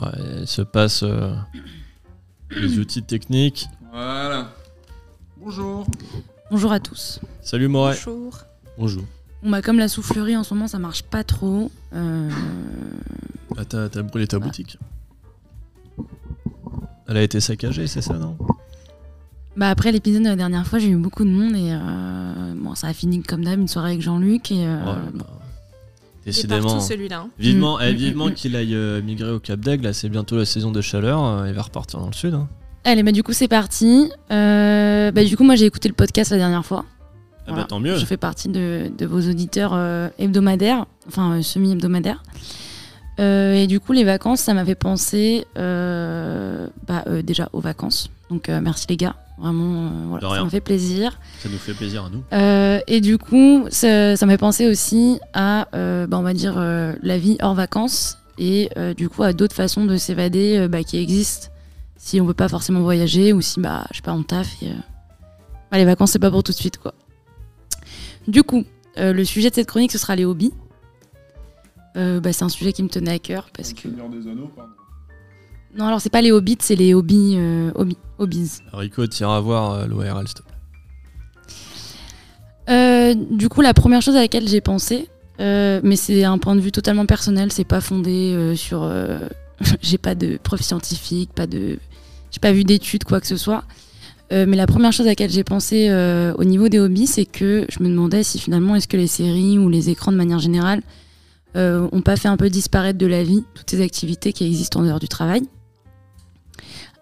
[SPEAKER 5] Ouais, il se passe euh, les outils techniques.
[SPEAKER 4] Voilà. Bonjour.
[SPEAKER 2] Bonjour à tous.
[SPEAKER 5] Salut Moret.
[SPEAKER 6] Bonjour.
[SPEAKER 5] Bonjour.
[SPEAKER 2] On bah, comme la soufflerie en ce moment, ça marche pas trop. Euh,
[SPEAKER 5] Ah, t'as, t'as brûlé ta boutique. Elle a été saccagée, c'est ça, non
[SPEAKER 2] Bah après l'épisode de la dernière fois, j'ai eu beaucoup de monde et euh, bon, ça a fini comme d'hab une soirée avec Jean-Luc et euh,
[SPEAKER 5] Ouais, bah,
[SPEAKER 6] Il est
[SPEAKER 5] Décidément.
[SPEAKER 6] partout celui-là. hein.
[SPEAKER 5] Vivement,
[SPEAKER 2] Mm,
[SPEAKER 5] eh,
[SPEAKER 2] mm,
[SPEAKER 5] vivement
[SPEAKER 2] mm.
[SPEAKER 5] qu'il aille euh, migrer au Cap d'Aigle, là c'est bientôt la saison de chaleur, euh, il va repartir dans le sud. hein.
[SPEAKER 2] Allez, bah du coup, c'est parti. Euh, bah, du coup, moi, j'ai écouté le podcast la dernière fois.
[SPEAKER 5] Ah
[SPEAKER 2] Voilà.
[SPEAKER 5] bah tant mieux.
[SPEAKER 2] Je fais partie de, de vos auditeurs euh, hebdomadaires, enfin euh, semi-hebdomadaires. Euh, et du coup, les vacances, ça m'a fait penser euh, bah, euh, déjà aux vacances. Donc, euh, merci les gars. Vraiment, euh, voilà,
[SPEAKER 5] De rien.
[SPEAKER 2] ça m'a fait plaisir.
[SPEAKER 5] Ça nous fait plaisir à nous.
[SPEAKER 2] Euh, et du coup, ça, ça m'a fait penser aussi à, euh, bah, on va dire, euh, la vie hors vacances et euh, du coup à d'autres façons de s'évader euh, bah, qui existent si on veut pas forcément voyager ou si, bah, je sais pas, on taffe. et, euh, bah, les vacances, c'est pas pour tout de suite, quoi. Du coup, euh, le sujet de cette chronique, ce sera les hobbies. Euh, bah, c'est un sujet qui me tenait à cœur parce que.
[SPEAKER 4] des anneaux, pardon.
[SPEAKER 2] Non, alors c'est pas les hobbits, c'est les hobbies. euh, hobbies. hobbies.
[SPEAKER 5] Rico, t'iras voir euh, l'ORL, s'il te plaît.
[SPEAKER 2] Euh, du coup, la première chose à laquelle j'ai pensé, euh, mais c'est un point de vue totalement personnel, c'est pas fondé euh, sur. euh, j'ai pas de preuves scientifiques, pas de. J'ai pas vu d'études, quoi que ce soit. Euh, mais la première chose à laquelle j'ai pensé euh, au niveau des hobbies, c'est que je me demandais si finalement, est-ce que les séries ou les écrans de manière générale euh, ont pas fait un peu disparaître de la vie toutes ces activités qui existent en dehors du travail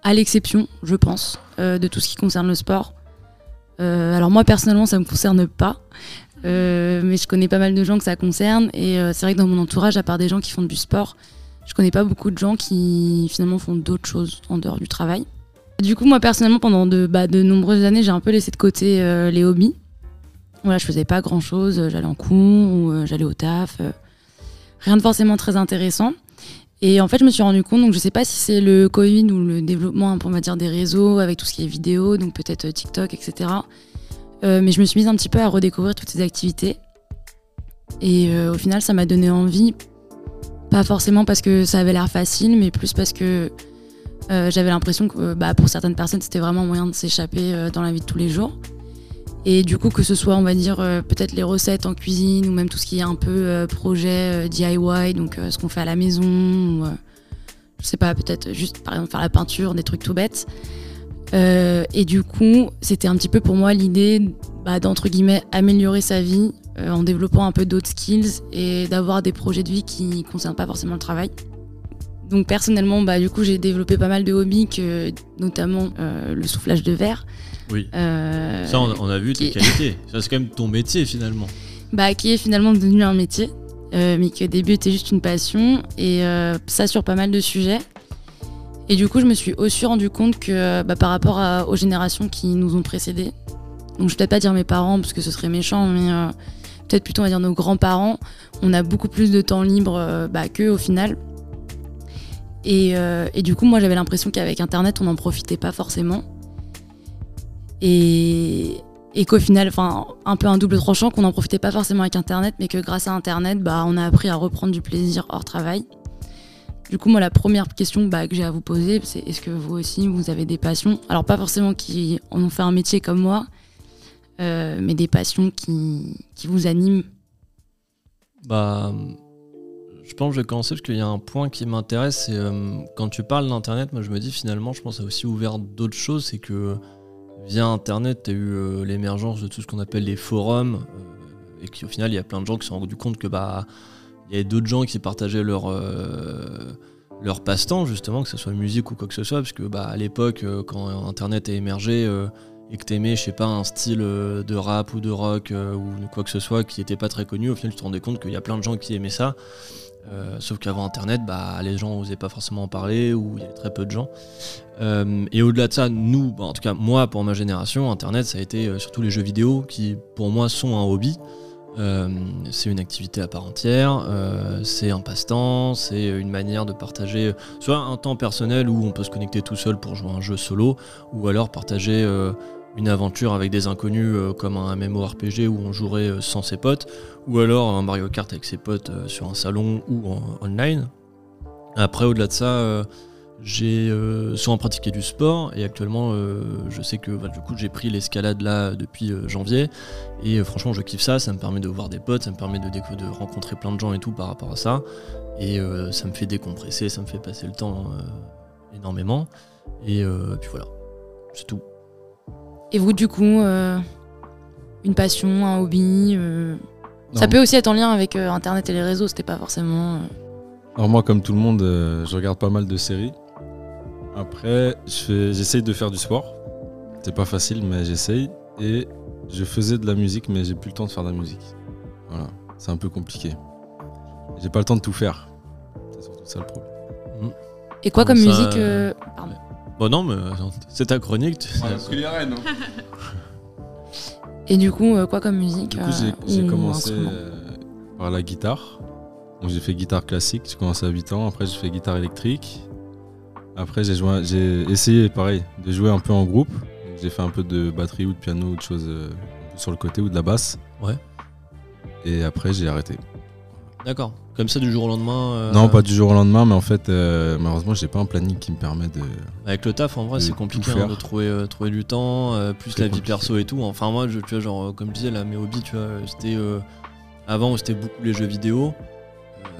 [SPEAKER 2] À l'exception, je pense, euh, de tout ce qui concerne le sport. Euh, alors moi personnellement ça me concerne pas, Euh, mais je connais pas mal de gens que ça concerne et euh, c'est vrai que dans mon entourage, à part des gens qui font du sport, je connais pas beaucoup de gens qui finalement font d'autres choses en dehors du travail. Du coup moi personnellement pendant de, bah, de nombreuses années j'ai un peu laissé de côté euh, les hobbies. Voilà, je faisais pas grand chose, j'allais en cours ou euh, j'allais au taf, euh, rien de forcément très intéressant. Et en fait, je me suis rendu compte, donc je sais pas si c'est le Covid ou le développement, on va dire, des réseaux avec tout ce qui est vidéo, donc peut-être euh, TikTok, etc. Euh, mais je me suis mise un petit peu à redécouvrir toutes ces activités. Et euh, au final, ça m'a donné envie, pas forcément parce que ça avait l'air facile, mais plus parce que euh, j'avais l'impression que euh, bah, pour certaines personnes, c'était vraiment un moyen de s'échapper euh, dans la vie de tous les jours. Et du coup, que ce soit, on va dire, euh, peut-être les recettes en cuisine ou même tout ce qui est un peu euh, projet euh, DIY, donc euh, ce qu'on fait à la maison, ou, euh, je sais pas, peut-être juste par exemple faire la peinture, des trucs tout bêtes. Euh, et du coup, c'était un petit peu pour moi l'idée bah, d'entre guillemets améliorer sa vie euh, en développant un peu d'autres skills et d'avoir des projets de vie qui ne concernent pas forcément le travail. Donc personnellement, bah, du coup, j'ai développé pas mal de hobbies, que, notamment euh, le soufflage de verre.
[SPEAKER 5] Oui.
[SPEAKER 2] Euh,
[SPEAKER 5] Ça, on, on a vu
[SPEAKER 2] qui-
[SPEAKER 5] tes qualités. Ça, c'est quand même ton métier finalement.
[SPEAKER 2] bah, qui est finalement devenu un métier, euh, mais qui au début était juste une passion, et euh, ça sur pas mal de sujets. Et du coup, je me suis aussi rendu compte que euh, bah, par rapport à- aux générations qui nous ont précédés, donc je vais peut-être pas dire mes parents parce que ce serait méchant, mais euh, peut-être plutôt on va dire nos grands-parents, on a beaucoup plus de temps libre euh, bah, qu'eux au final. Et, euh, et du coup, moi j'avais l'impression qu'avec Internet, on n'en profitait pas forcément. Et, et qu'au final, enfin, un peu un double tranchant, qu'on n'en profitait pas forcément avec Internet, mais que grâce à Internet, bah, on a appris à reprendre du plaisir hors travail. Du coup, moi, la première question bah, que j'ai à vous poser, c'est est-ce que vous aussi, vous avez des passions Alors, pas forcément qui en ont fait un métier comme moi, euh, mais des passions qui, qui vous animent.
[SPEAKER 5] Bah, je pense que je vais commencer parce qu'il y a un point qui m'intéresse. C'est euh, quand tu parles d'Internet, moi je me dis finalement, je pense que ça a aussi ouvert d'autres choses. C'est que via Internet, tu as eu euh, l'émergence de tout ce qu'on appelle les forums. euh, et qui au final, il y a plein de gens qui se sont rendus compte que bah, il y avait d'autres gens qui partageaient leur. euh, leur passe-temps justement que ce soit musique ou quoi que ce soit parce que bah à l'époque euh, quand internet a émergé euh, et que t'aimais, je sais pas, un style euh, de rap ou de rock euh, ou quoi que ce soit qui était pas très connu, au final tu te rendais compte qu'il y a plein de gens qui aimaient ça. Euh, sauf qu'avant internet, bah, les gens n'osaient pas forcément en parler ou il y avait très peu de gens. Euh, et au-delà de ça, nous, bah, en tout cas moi pour ma génération, internet ça a été euh, surtout les jeux vidéo qui pour moi sont un hobby. Euh, c'est une activité à part entière, euh, c'est un passe-temps, c'est une manière de partager euh, soit un temps personnel où on peut se connecter tout seul pour jouer à un jeu solo, ou alors partager euh, une aventure avec des inconnus euh, comme un MMORPG où on jouerait euh, sans ses potes, ou alors un Mario Kart avec ses potes euh, sur un salon ou en online. Après, au-delà de ça, euh, j'ai euh, souvent pratiqué du sport et actuellement, euh, je sais que bah, du coup, j'ai pris l'escalade là depuis euh, janvier et euh, franchement, je kiffe ça. Ça me permet de voir des potes, ça me permet de, déco- de rencontrer plein de gens et tout par rapport à ça. Et euh, ça me fait décompresser, ça me fait passer le temps euh, énormément. Et euh, puis voilà, c'est tout.
[SPEAKER 2] Et vous, du coup, euh, une passion, un hobby euh, Ça
[SPEAKER 7] Non.
[SPEAKER 2] peut aussi être en lien avec euh, Internet et les réseaux, c'était pas forcément. euh,
[SPEAKER 7] Alors moi, comme tout le monde, euh, je regarde pas mal de séries. Après, je fais- j'essaye de faire du sport. C'est pas facile, mais j'essaye. Et je faisais de la musique, mais j'ai plus le temps de faire de la musique. Voilà, c'est un peu compliqué. J'ai pas le temps de tout faire. C'est surtout ça le problème.
[SPEAKER 2] Et quoi
[SPEAKER 5] Comme
[SPEAKER 2] comme
[SPEAKER 5] ça,
[SPEAKER 2] musique euh,
[SPEAKER 5] euh,
[SPEAKER 2] pardon.
[SPEAKER 5] Bon, non, mais euh, c'est ta chronique. tu-
[SPEAKER 4] parce qu'il est reine. hein.
[SPEAKER 2] Et du coup, euh, quoi comme musique
[SPEAKER 7] Du coup,
[SPEAKER 2] euh,
[SPEAKER 7] j'ai- j'ai
[SPEAKER 2] ou
[SPEAKER 7] commencé
[SPEAKER 2] instrument
[SPEAKER 7] euh, par la guitare. Donc, j'ai fait guitare classique, j'ai commencé à 8 ans. Après, j'ai fait guitare électrique. Après, j'ai joint- j'ai essayé, pareil, de jouer un peu en groupe. Donc, J'ai fait un peu de batterie ou de piano ou de choses euh, un peu sur le côté ou de la basse.
[SPEAKER 5] Ouais.
[SPEAKER 7] Et après, j'ai arrêté.
[SPEAKER 5] D'accord. Comme ça, du jour au lendemain. euh,
[SPEAKER 7] Non, pas du jour au lendemain, mais en fait, euh, malheureusement, j'ai pas un planning qui me permet de.
[SPEAKER 5] Avec le taf, en vrai,
[SPEAKER 7] de
[SPEAKER 5] c'est compliqué
[SPEAKER 7] tout
[SPEAKER 5] hein,
[SPEAKER 7] faire.
[SPEAKER 5] de trouver, euh, trouver du temps, euh, plus
[SPEAKER 7] Très
[SPEAKER 5] la vie
[SPEAKER 7] compliqué.
[SPEAKER 5] perso et tout. Enfin, moi, je, tu vois, genre, euh, comme je disais, là, mes hobbies, tu vois, euh, c'était. euh, avant, c'était beaucoup les jeux vidéo.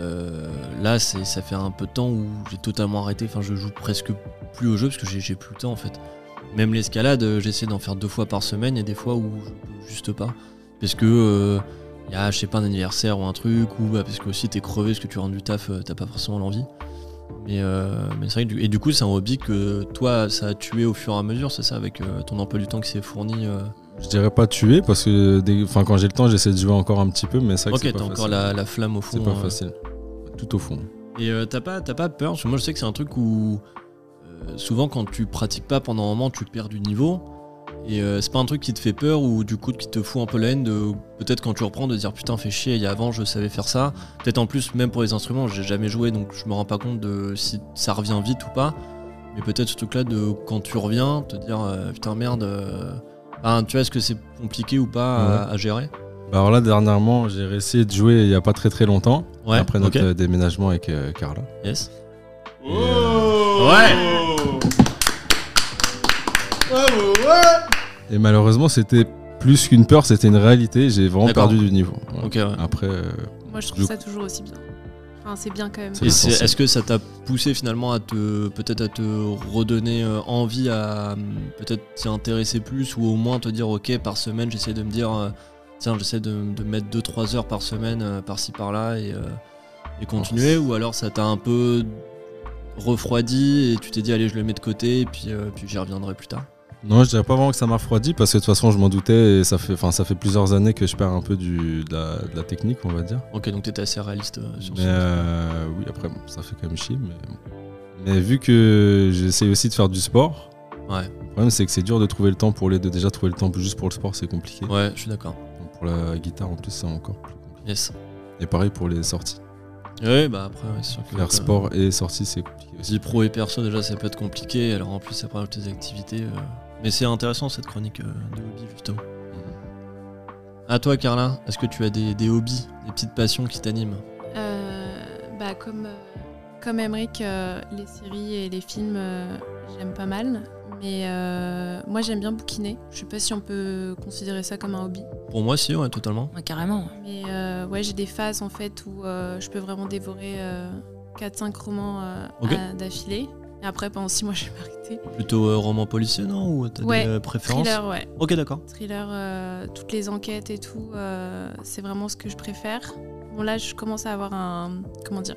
[SPEAKER 5] Euh, là, c'est, ça fait un peu de temps où j'ai totalement arrêté. Enfin, je joue presque plus aux jeux parce que j'ai, j'ai plus le temps, en fait. Même l'escalade, euh, j'essaie d'en faire deux fois par semaine. Il y a des fois où je peux juste pas. Parce que. euh, il y a, je sais pas, un anniversaire ou un truc, ou bah, parce que aussi t'es crevé parce que tu rentres du taf, euh, t'as pas forcément l'envie. Mais, euh, mais c'est vrai que du, et du coup, c'est un hobby que toi, ça a tué au fur et à mesure, c'est ça, avec euh, ton emploi du temps qui s'est fourni. euh.
[SPEAKER 7] Je dirais pas tuer parce que dès- enfin, quand j'ai le temps, j'essaie de jouer encore un petit peu, mais c'est vrai
[SPEAKER 5] Ok,
[SPEAKER 7] que c'est
[SPEAKER 5] t'as
[SPEAKER 7] pas
[SPEAKER 5] encore
[SPEAKER 7] facile.
[SPEAKER 5] la, la flamme au fond.
[SPEAKER 7] C'est pas
[SPEAKER 5] euh.
[SPEAKER 7] facile. Tout au fond.
[SPEAKER 5] Et euh, t'as pas, t'as pas peur Parce que moi, je sais que c'est un truc où euh, souvent, quand tu pratiques pas pendant un moment, tu perds du niveau. Et euh, c'est pas un truc qui te fait peur ou du coup qui te fout un peu la haine de peut-être quand tu reprends de dire putain fais chier il y a avant je savais faire ça peut-être en plus même pour les instruments j'ai jamais joué donc je me rends pas compte de si ça revient vite ou pas mais peut-être ce truc là de quand tu reviens te dire euh, putain merde euh, ah, tu vois est-ce que c'est compliqué ou pas à- à, gérer
[SPEAKER 7] Bah alors là, dernièrement, j'ai réessayé de jouer il y a pas très très longtemps,
[SPEAKER 5] ouais
[SPEAKER 7] après notre
[SPEAKER 5] ok.
[SPEAKER 7] euh, déménagement avec euh, Carla.
[SPEAKER 5] yes
[SPEAKER 4] Oh Bravo, ouais
[SPEAKER 7] Et malheureusement, c'était plus qu'une peur, c'était une réalité. J'ai vraiment
[SPEAKER 5] D'accord.
[SPEAKER 7] perdu du niveau. Voilà.
[SPEAKER 5] ok ouais.
[SPEAKER 7] Après, euh,
[SPEAKER 6] Moi, je trouve
[SPEAKER 7] Je-
[SPEAKER 6] ça toujours aussi bien. Enfin, c'est bien quand même.
[SPEAKER 7] C'est
[SPEAKER 5] Et c'est-
[SPEAKER 7] l'essentiel.
[SPEAKER 5] est-ce que ça t'a poussé finalement à te peut-être à te redonner euh, envie à hum, peut-être t'y intéresser plus ou au moins te dire ok par semaine j'essaie de me dire euh, tiens j'essaie de, de mettre 2-3 heures par semaine euh, par-ci par-là et, euh, et continuer ou alors ça t'a un peu refroidi et tu t'es dit allez je le mets de côté et puis, euh, puis j'y reviendrai plus tard
[SPEAKER 7] non, je dirais pas vraiment que ça m'a refroidi parce que de toute façon, je m'en doutais et ça fait, enfin, ça fait plusieurs années que je perds un peu du, de, la, de la technique, on va dire.
[SPEAKER 5] ok donc t'étais assez réaliste euh, sur
[SPEAKER 7] Mais
[SPEAKER 5] ce
[SPEAKER 7] euh, oui, après, bon, ça fait quand même chier. Mais, mais vu que j'essaie aussi de faire du sport,
[SPEAKER 5] Ouais.
[SPEAKER 7] le problème c'est que c'est dur de trouver le temps pour les deux. Déjà, trouver le temps juste pour le sport, c'est compliqué.
[SPEAKER 5] ouais je suis d'accord
[SPEAKER 7] Donc, Pour la guitare, en plus, c'est encore plus compliqué.
[SPEAKER 5] yes
[SPEAKER 7] Et pareil pour les sorties.
[SPEAKER 5] ouais bah après ouais, c'est sûr que
[SPEAKER 7] Faire
[SPEAKER 5] euh,
[SPEAKER 7] sport et sorties, c'est compliqué aussi.
[SPEAKER 5] Vie pro et perso, déjà, ça peut être compliqué. Alors, en plus, après, avec tes activités. euh, Mais c'est intéressant cette chronique euh, de hobby, justement. À toi, Carla, est-ce que tu as des, des hobbies, des petites passions qui t'animent
[SPEAKER 6] Euh, bah, comme euh, comme Emmerich, euh, les séries et les films, euh, j'aime pas mal. Mais euh, moi, j'aime bien bouquiner. Je sais pas si on peut considérer ça comme un hobby.
[SPEAKER 5] Pour moi, si, ouais, totalement.
[SPEAKER 2] Ouais, carrément.
[SPEAKER 6] Mais euh, ouais, j'ai des phases en fait où euh, je peux vraiment dévorer 4-5 romans euh,
[SPEAKER 5] Ok.
[SPEAKER 6] à- d'affilée. Et après, pendant 6 mois, je vais m'arrêter.
[SPEAKER 5] Plutôt euh, roman policier, non Ou t'as
[SPEAKER 6] Ouais,
[SPEAKER 5] des euh, préférences
[SPEAKER 6] Thriller, ouais.
[SPEAKER 5] Ok, d'accord.
[SPEAKER 6] Thriller, euh, toutes les enquêtes et tout, euh, c'est vraiment ce que je préfère. Bon, là, je commence à avoir un. Comment dire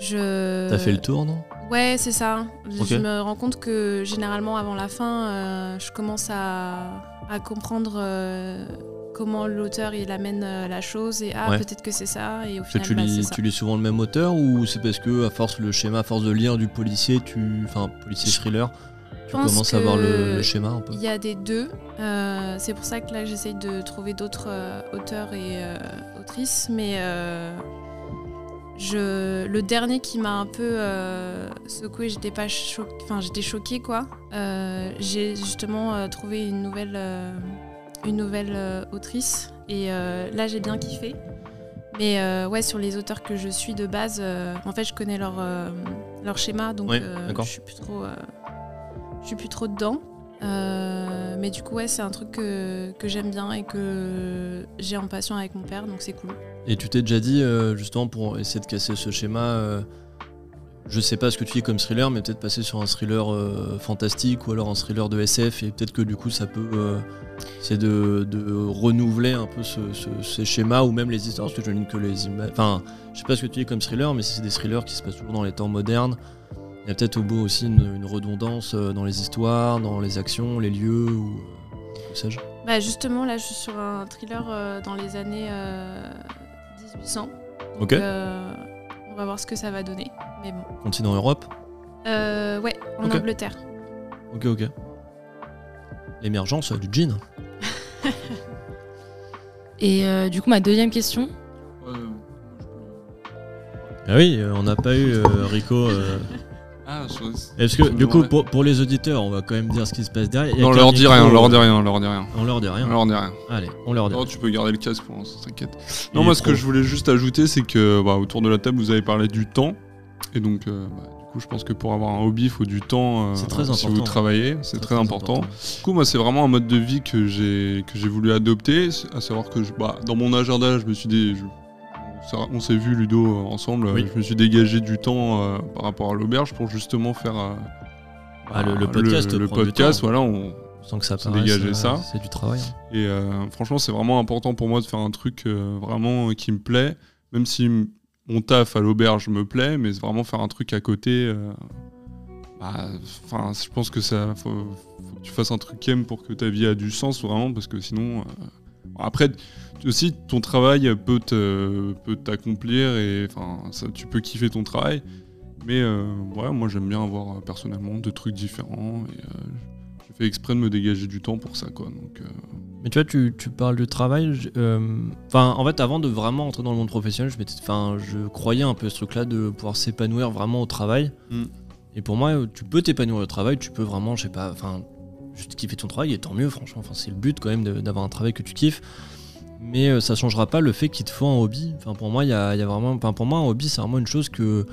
[SPEAKER 6] Je.
[SPEAKER 5] T'as fait le tour, non
[SPEAKER 6] Ouais, c'est ça. Je-
[SPEAKER 5] Ok.
[SPEAKER 6] Je me rends compte que généralement, avant la fin, euh, je commence à, à comprendre euh, comment l'auteur il amène euh, la chose et ah,
[SPEAKER 5] Ouais.
[SPEAKER 6] peut-être que c'est ça. Et au
[SPEAKER 5] Ça,
[SPEAKER 6] final,
[SPEAKER 5] tu,
[SPEAKER 6] bah, c'est
[SPEAKER 5] lis,
[SPEAKER 6] ça.
[SPEAKER 5] tu lis souvent le même auteur ou c'est parce que à force le schéma, à force de lire du policier, tu, enfin policier thriller, tu
[SPEAKER 6] Je pense
[SPEAKER 5] commences à voir le,
[SPEAKER 6] que
[SPEAKER 5] le schéma un peu.
[SPEAKER 6] Il y a des deux. Euh, c'est pour ça que là, j'essaye de trouver d'autres euh, auteurs et euh, autrices. Mais euh, je, le dernier qui m'a un peu euh, secoué, j'étais pas cho- enfin, j'étais choquée quoi. Euh, J'ai justement euh, trouvé une nouvelle, euh, une nouvelle euh, autrice et euh, là, j'ai bien kiffé. Mais euh, ouais, sur les auteurs que je suis de base, euh, en fait, je connais leur, euh, leur schéma, donc
[SPEAKER 5] Ouais,
[SPEAKER 6] euh,
[SPEAKER 5] d'accord.
[SPEAKER 6] je suis plus trop, euh, je suis plus trop dedans. Euh, mais du coup, ouais, c'est un truc que, que j'aime bien et que j'ai en passion avec mon père, donc c'est cool.
[SPEAKER 5] Et tu t'es déjà dit euh, justement pour essayer de casser ce schéma, euh, je sais pas ce que tu dis comme thriller, mais peut-être passer sur un thriller euh, fantastique ou alors un thriller de SF et peut-être que du coup ça peut euh, c'est de, de renouveler un peu ce, ce- ces schémas ou même les histoires parce que je que les images. Enfin, je sais pas ce que tu dis comme thriller, mais si c'est des thrillers qui se passent toujours dans les temps modernes. Il y a peut-être au bout aussi une, une redondance euh, dans les histoires, dans les actions, les lieux ou euh, que sais-je.
[SPEAKER 6] Bah justement, là, je suis sur un thriller euh, dans les années euh, 1800. Donc,
[SPEAKER 5] Ok.
[SPEAKER 6] euh, on va voir ce que ça va donner. Mais bon.
[SPEAKER 5] Continent Europe.
[SPEAKER 6] Euh, ouais, en
[SPEAKER 5] Ok.
[SPEAKER 6] Angleterre.
[SPEAKER 5] Ok, ok. L'émergence euh, du jean.
[SPEAKER 2] Et euh, du coup, ma deuxième question,
[SPEAKER 5] Ah oui, euh, on n'a pas eu euh, Rico. euh.
[SPEAKER 4] Ah, je-
[SPEAKER 5] Est-ce que,
[SPEAKER 4] je me
[SPEAKER 5] du coup,
[SPEAKER 4] demandais.
[SPEAKER 5] pour, pour les auditeurs, on va quand même dire ce qui se passe derrière. Il y a
[SPEAKER 4] Non, on
[SPEAKER 5] qu'un
[SPEAKER 4] leur dit
[SPEAKER 5] Rico,
[SPEAKER 4] rien, on
[SPEAKER 5] euh,
[SPEAKER 4] leur dit rien, on leur dit rien.
[SPEAKER 5] On leur dit rien.
[SPEAKER 4] On leur dit rien.
[SPEAKER 5] Allez, on leur dit
[SPEAKER 4] Non,
[SPEAKER 5] rien.
[SPEAKER 4] tu peux garder le casque pour l'instant, t'inquiète.
[SPEAKER 5] Il
[SPEAKER 4] Non,
[SPEAKER 5] est
[SPEAKER 4] moi, ce que
[SPEAKER 5] pro.
[SPEAKER 4] je voulais juste ajouter, c'est que bah, autour de la table, vous avez parlé du temps. Et donc, euh, bah, du coup, je pense que pour avoir un hobby, il faut du temps euh,
[SPEAKER 5] C'est très
[SPEAKER 4] si vous
[SPEAKER 5] important.
[SPEAKER 4] travaillez. C'est très, important. Du coup, moi, c'est vraiment un mode de vie que j'ai que j'ai voulu adopter, à savoir que je- bah, dans mon agenda, je me suis dit, je- on s'est- on s'est vu Ludo euh, ensemble,
[SPEAKER 5] Oui.
[SPEAKER 4] je me suis dégagé du temps euh, par rapport à l'auberge pour justement faire euh,
[SPEAKER 5] Ah, le- le
[SPEAKER 4] bah,
[SPEAKER 5] podcast
[SPEAKER 4] le,
[SPEAKER 5] prend du
[SPEAKER 4] podcast,
[SPEAKER 5] temps.
[SPEAKER 4] voilà, on-
[SPEAKER 5] Sans que ça
[SPEAKER 4] se
[SPEAKER 5] paraisse,
[SPEAKER 4] dégager
[SPEAKER 5] euh,
[SPEAKER 4] ça.
[SPEAKER 5] C'est du travail.
[SPEAKER 4] et euh, franchement, c'est vraiment important pour moi de faire un truc euh, vraiment qui me plaît, même si m- mon taf à l'auberge me plaît, mais c'est vraiment faire un truc à côté. euh, bah, Enfin, je pense que ça, faut, faut que tu fasses un truc qui aime pour que ta vie a du sens vraiment, parce que sinon, euh, après t- aussi ton travail peut te- peut t'accomplir et enfin, ça, tu peux kiffer ton travail. Mais euh, ouais, moi j'aime bien avoir euh, personnellement deux trucs différents et euh, j'ai fait exprès de me dégager du temps pour ça quoi. Donc euh,
[SPEAKER 5] Mais tu vois, tu, tu parles du travail. je- euh, Enfin, en fait, avant de vraiment entrer dans le monde professionnel, je, m'étais- enfin, je croyais un peu à ce truc-là de pouvoir s'épanouir vraiment au travail.
[SPEAKER 4] Mm.
[SPEAKER 5] Et pour moi, tu peux t'épanouir au travail, tu peux vraiment, je sais pas, enfin, juste kiffer ton travail et tant mieux, franchement. Enfin, c'est le but quand même de- d'avoir un travail que tu kiffes. Mais euh, ça changera pas le fait qu'il te faut un hobby. Enfin, pour moi, il y a, il y a vraiment. Enfin, pour moi, un hobby, c'est vraiment une chose que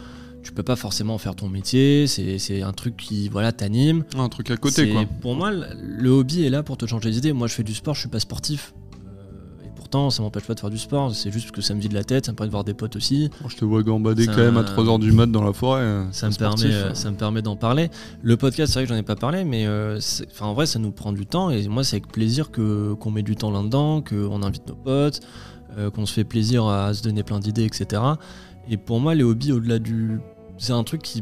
[SPEAKER 5] tu peux pas forcément en faire ton métier. C'est c'est un truc qui, voilà, t'anime.
[SPEAKER 4] Ah, un truc à côté
[SPEAKER 5] C'est-
[SPEAKER 4] quoi.
[SPEAKER 5] Pour moi, le- le hobby est là pour te changer les idées. Moi, je fais du sport, je suis pas sportif. Euh, Et pourtant, ça m'empêche pas de faire du sport. C'est juste que ça me vide la tête, ça me permet de voir des potes aussi.
[SPEAKER 4] Bon, je te vois gambader
[SPEAKER 5] Ça-
[SPEAKER 4] quand même à 3h du mat dans la forêt. euh,
[SPEAKER 5] Ça me,
[SPEAKER 4] sportif,
[SPEAKER 5] permet,
[SPEAKER 4] hein.
[SPEAKER 5] euh, ça me permet d'en parler. Le podcast, c'est vrai que j'en ai pas parlé, mais euh, c'est- enfin, en vrai, ça nous prend du temps. Et moi, c'est avec plaisir que qu'on met du temps là-dedans, qu'on invite nos potes, euh, qu'on se fait plaisir à se donner plein d'idées, etc. Et pour moi, les hobbies, au-delà du. C'est un truc qui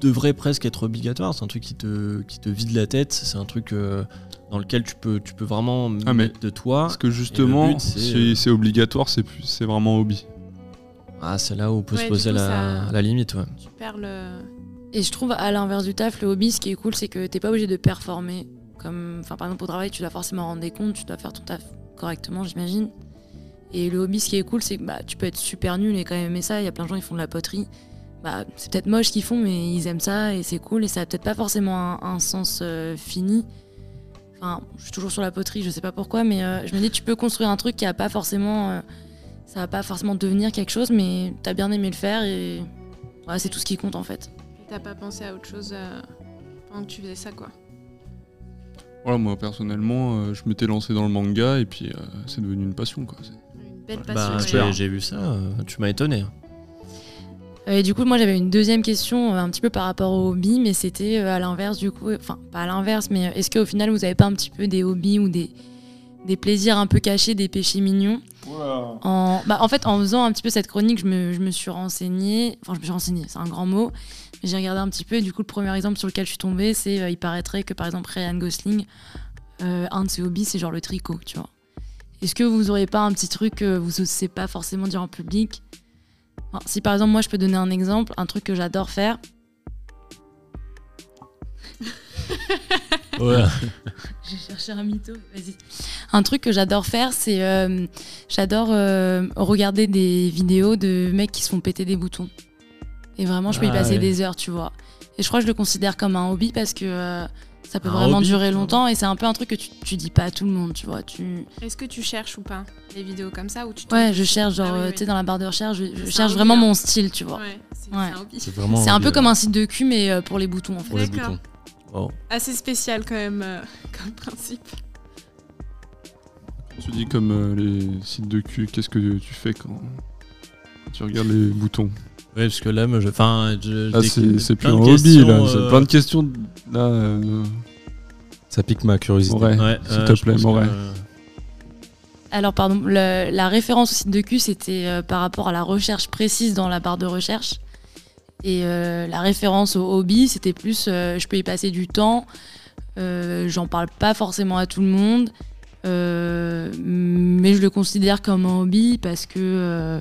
[SPEAKER 5] devrait presque être obligatoire. C'est un truc qui te, qui te vide la tête. C'est un truc euh, dans lequel tu peux, tu peux vraiment
[SPEAKER 4] Ah, mais-
[SPEAKER 5] mettre de toi.
[SPEAKER 4] Parce que justement,
[SPEAKER 5] but, c'est,
[SPEAKER 4] si
[SPEAKER 5] euh,
[SPEAKER 4] c'est obligatoire, c'est plus- c'est vraiment hobby.
[SPEAKER 5] Ah, c'est là où on peut
[SPEAKER 6] Ouais,
[SPEAKER 5] se
[SPEAKER 6] du
[SPEAKER 5] poser
[SPEAKER 6] coup,
[SPEAKER 5] la,
[SPEAKER 6] ça-
[SPEAKER 5] la limite. ouais.
[SPEAKER 6] Tu euh, perds le.
[SPEAKER 2] Et je trouve à l'inverse du taf, le hobby, ce qui est cool, c'est que t'es pas obligé de performer. Comme, enfin, par exemple, au travail, tu dois forcément rendre des comptes, tu dois faire ton taf correctement, j'imagine. Et le hobby, ce qui est cool, c'est que bah, tu peux être super nul et quand même aimer ça. Il y a plein de gens qui font de la poterie. Bah, c'est peut-être moche ce qu'ils font, mais ils aiment ça et c'est cool. Et ça a peut-être pas forcément un, un sens euh, fini. Enfin, je suis toujours sur la poterie, je sais pas pourquoi, mais euh, je me dis, tu peux construire un truc qui a pas forcément. euh, ça va pas forcément devenir quelque chose, mais t'as bien aimé le faire et Ouais, c'est tout ce qui compte en fait.
[SPEAKER 6] T'as pas pensé à autre chose euh, pendant que tu faisais ça, quoi.
[SPEAKER 4] Voilà, moi personnellement, euh, je m'étais lancé dans le manga et puis euh, c'est devenu une passion quoi. C'est-
[SPEAKER 6] Une belle
[SPEAKER 5] Bah,
[SPEAKER 6] passion.
[SPEAKER 5] j'ai- j'ai vu ça, euh, tu m'as étonné.
[SPEAKER 2] Euh, Et du coup, moi j'avais une deuxième question euh, un petit peu par rapport aux hobbies, mais c'était euh, à l'inverse du coup, enfin pas à l'inverse, mais euh, est-ce qu'au final vous avez pas un petit peu des hobbies ou des, des plaisirs un peu cachés, des péchés mignons en, bah, en fait, en faisant un petit peu cette chronique, je me, je me suis renseignée, enfin je me suis renseignée, c'est un grand mot, mais j'ai regardé un petit peu et du coup le premier exemple sur lequel je suis tombée, c'est euh, il paraîtrait que par exemple Ryan Gosling, euh, un de ses hobbies c'est genre le tricot, tu vois. Est-ce que vous auriez pas un petit truc que vous osez pas forcément dire en public alors, Ah, si par exemple, moi, je peux donner un exemple, un truc que j'adore faire,
[SPEAKER 5] Ouais.
[SPEAKER 2] J'ai cherché un mytho, vas-y. Un truc que j'adore faire, c'est euh, j'adore euh, regarder des vidéos de mecs qui se font péter des boutons. Et vraiment, je peux y
[SPEAKER 5] Ah
[SPEAKER 2] passer
[SPEAKER 5] ouais.
[SPEAKER 2] des heures, tu vois. Et je crois que je le considère comme un hobby parce que euh, ça peut
[SPEAKER 5] Un
[SPEAKER 2] vraiment
[SPEAKER 5] hobby,
[SPEAKER 2] durer longtemps et c'est un peu un truc que tu, tu dis pas à tout le monde, tu vois. Tu...
[SPEAKER 6] Est-ce que tu cherches ou pas des vidéos comme ça ou tu te-
[SPEAKER 2] Ouais, je cherche, genre,
[SPEAKER 6] Ah oui,
[SPEAKER 2] euh,
[SPEAKER 6] oui.
[SPEAKER 2] tu sais, dans la barre de recherche, je, je
[SPEAKER 6] C'est un
[SPEAKER 2] cherche
[SPEAKER 6] hobby,
[SPEAKER 2] vraiment
[SPEAKER 6] hein.
[SPEAKER 2] mon style, tu vois.
[SPEAKER 6] Ouais, c'est
[SPEAKER 2] Ouais.
[SPEAKER 6] c'est un hobby.
[SPEAKER 7] C'est vraiment.
[SPEAKER 2] C'est un
[SPEAKER 5] Oh,
[SPEAKER 2] peu
[SPEAKER 7] envie,
[SPEAKER 2] comme
[SPEAKER 7] euh,
[SPEAKER 2] un site de cul, mais euh, pour les boutons, en fait.
[SPEAKER 7] Pour les
[SPEAKER 6] D'accord.
[SPEAKER 7] boutons. Oh.
[SPEAKER 6] Assez spécial quand même euh, comme principe.
[SPEAKER 4] Tu dis comme euh, les sites de cul, qu'est-ce que tu fais quand tu regardes les boutons
[SPEAKER 5] Ouais, parce que là, moi, je. Enfin, je.
[SPEAKER 4] Là
[SPEAKER 5] je-
[SPEAKER 4] Ah, c'est c'est plus
[SPEAKER 5] plein
[SPEAKER 4] un
[SPEAKER 5] de
[SPEAKER 4] hobby
[SPEAKER 5] questions,
[SPEAKER 4] là, c'est
[SPEAKER 5] euh,
[SPEAKER 4] plein de questions là. euh,
[SPEAKER 7] Ça pique ma curiosité.
[SPEAKER 4] ouais.
[SPEAKER 5] Ouais,
[SPEAKER 4] S'il
[SPEAKER 5] euh,
[SPEAKER 4] te
[SPEAKER 5] je
[SPEAKER 4] plaît,
[SPEAKER 5] pense que,
[SPEAKER 4] Moret.
[SPEAKER 5] euh,
[SPEAKER 2] Alors, pardon, le- la référence au site de cul, c'était euh, par rapport à la recherche précise dans la barre de recherche. Et euh, la référence au hobby, c'était plus euh, je peux y passer du temps, euh, j'en parle pas forcément à tout le monde, euh, mais je le considère comme un hobby parce que euh,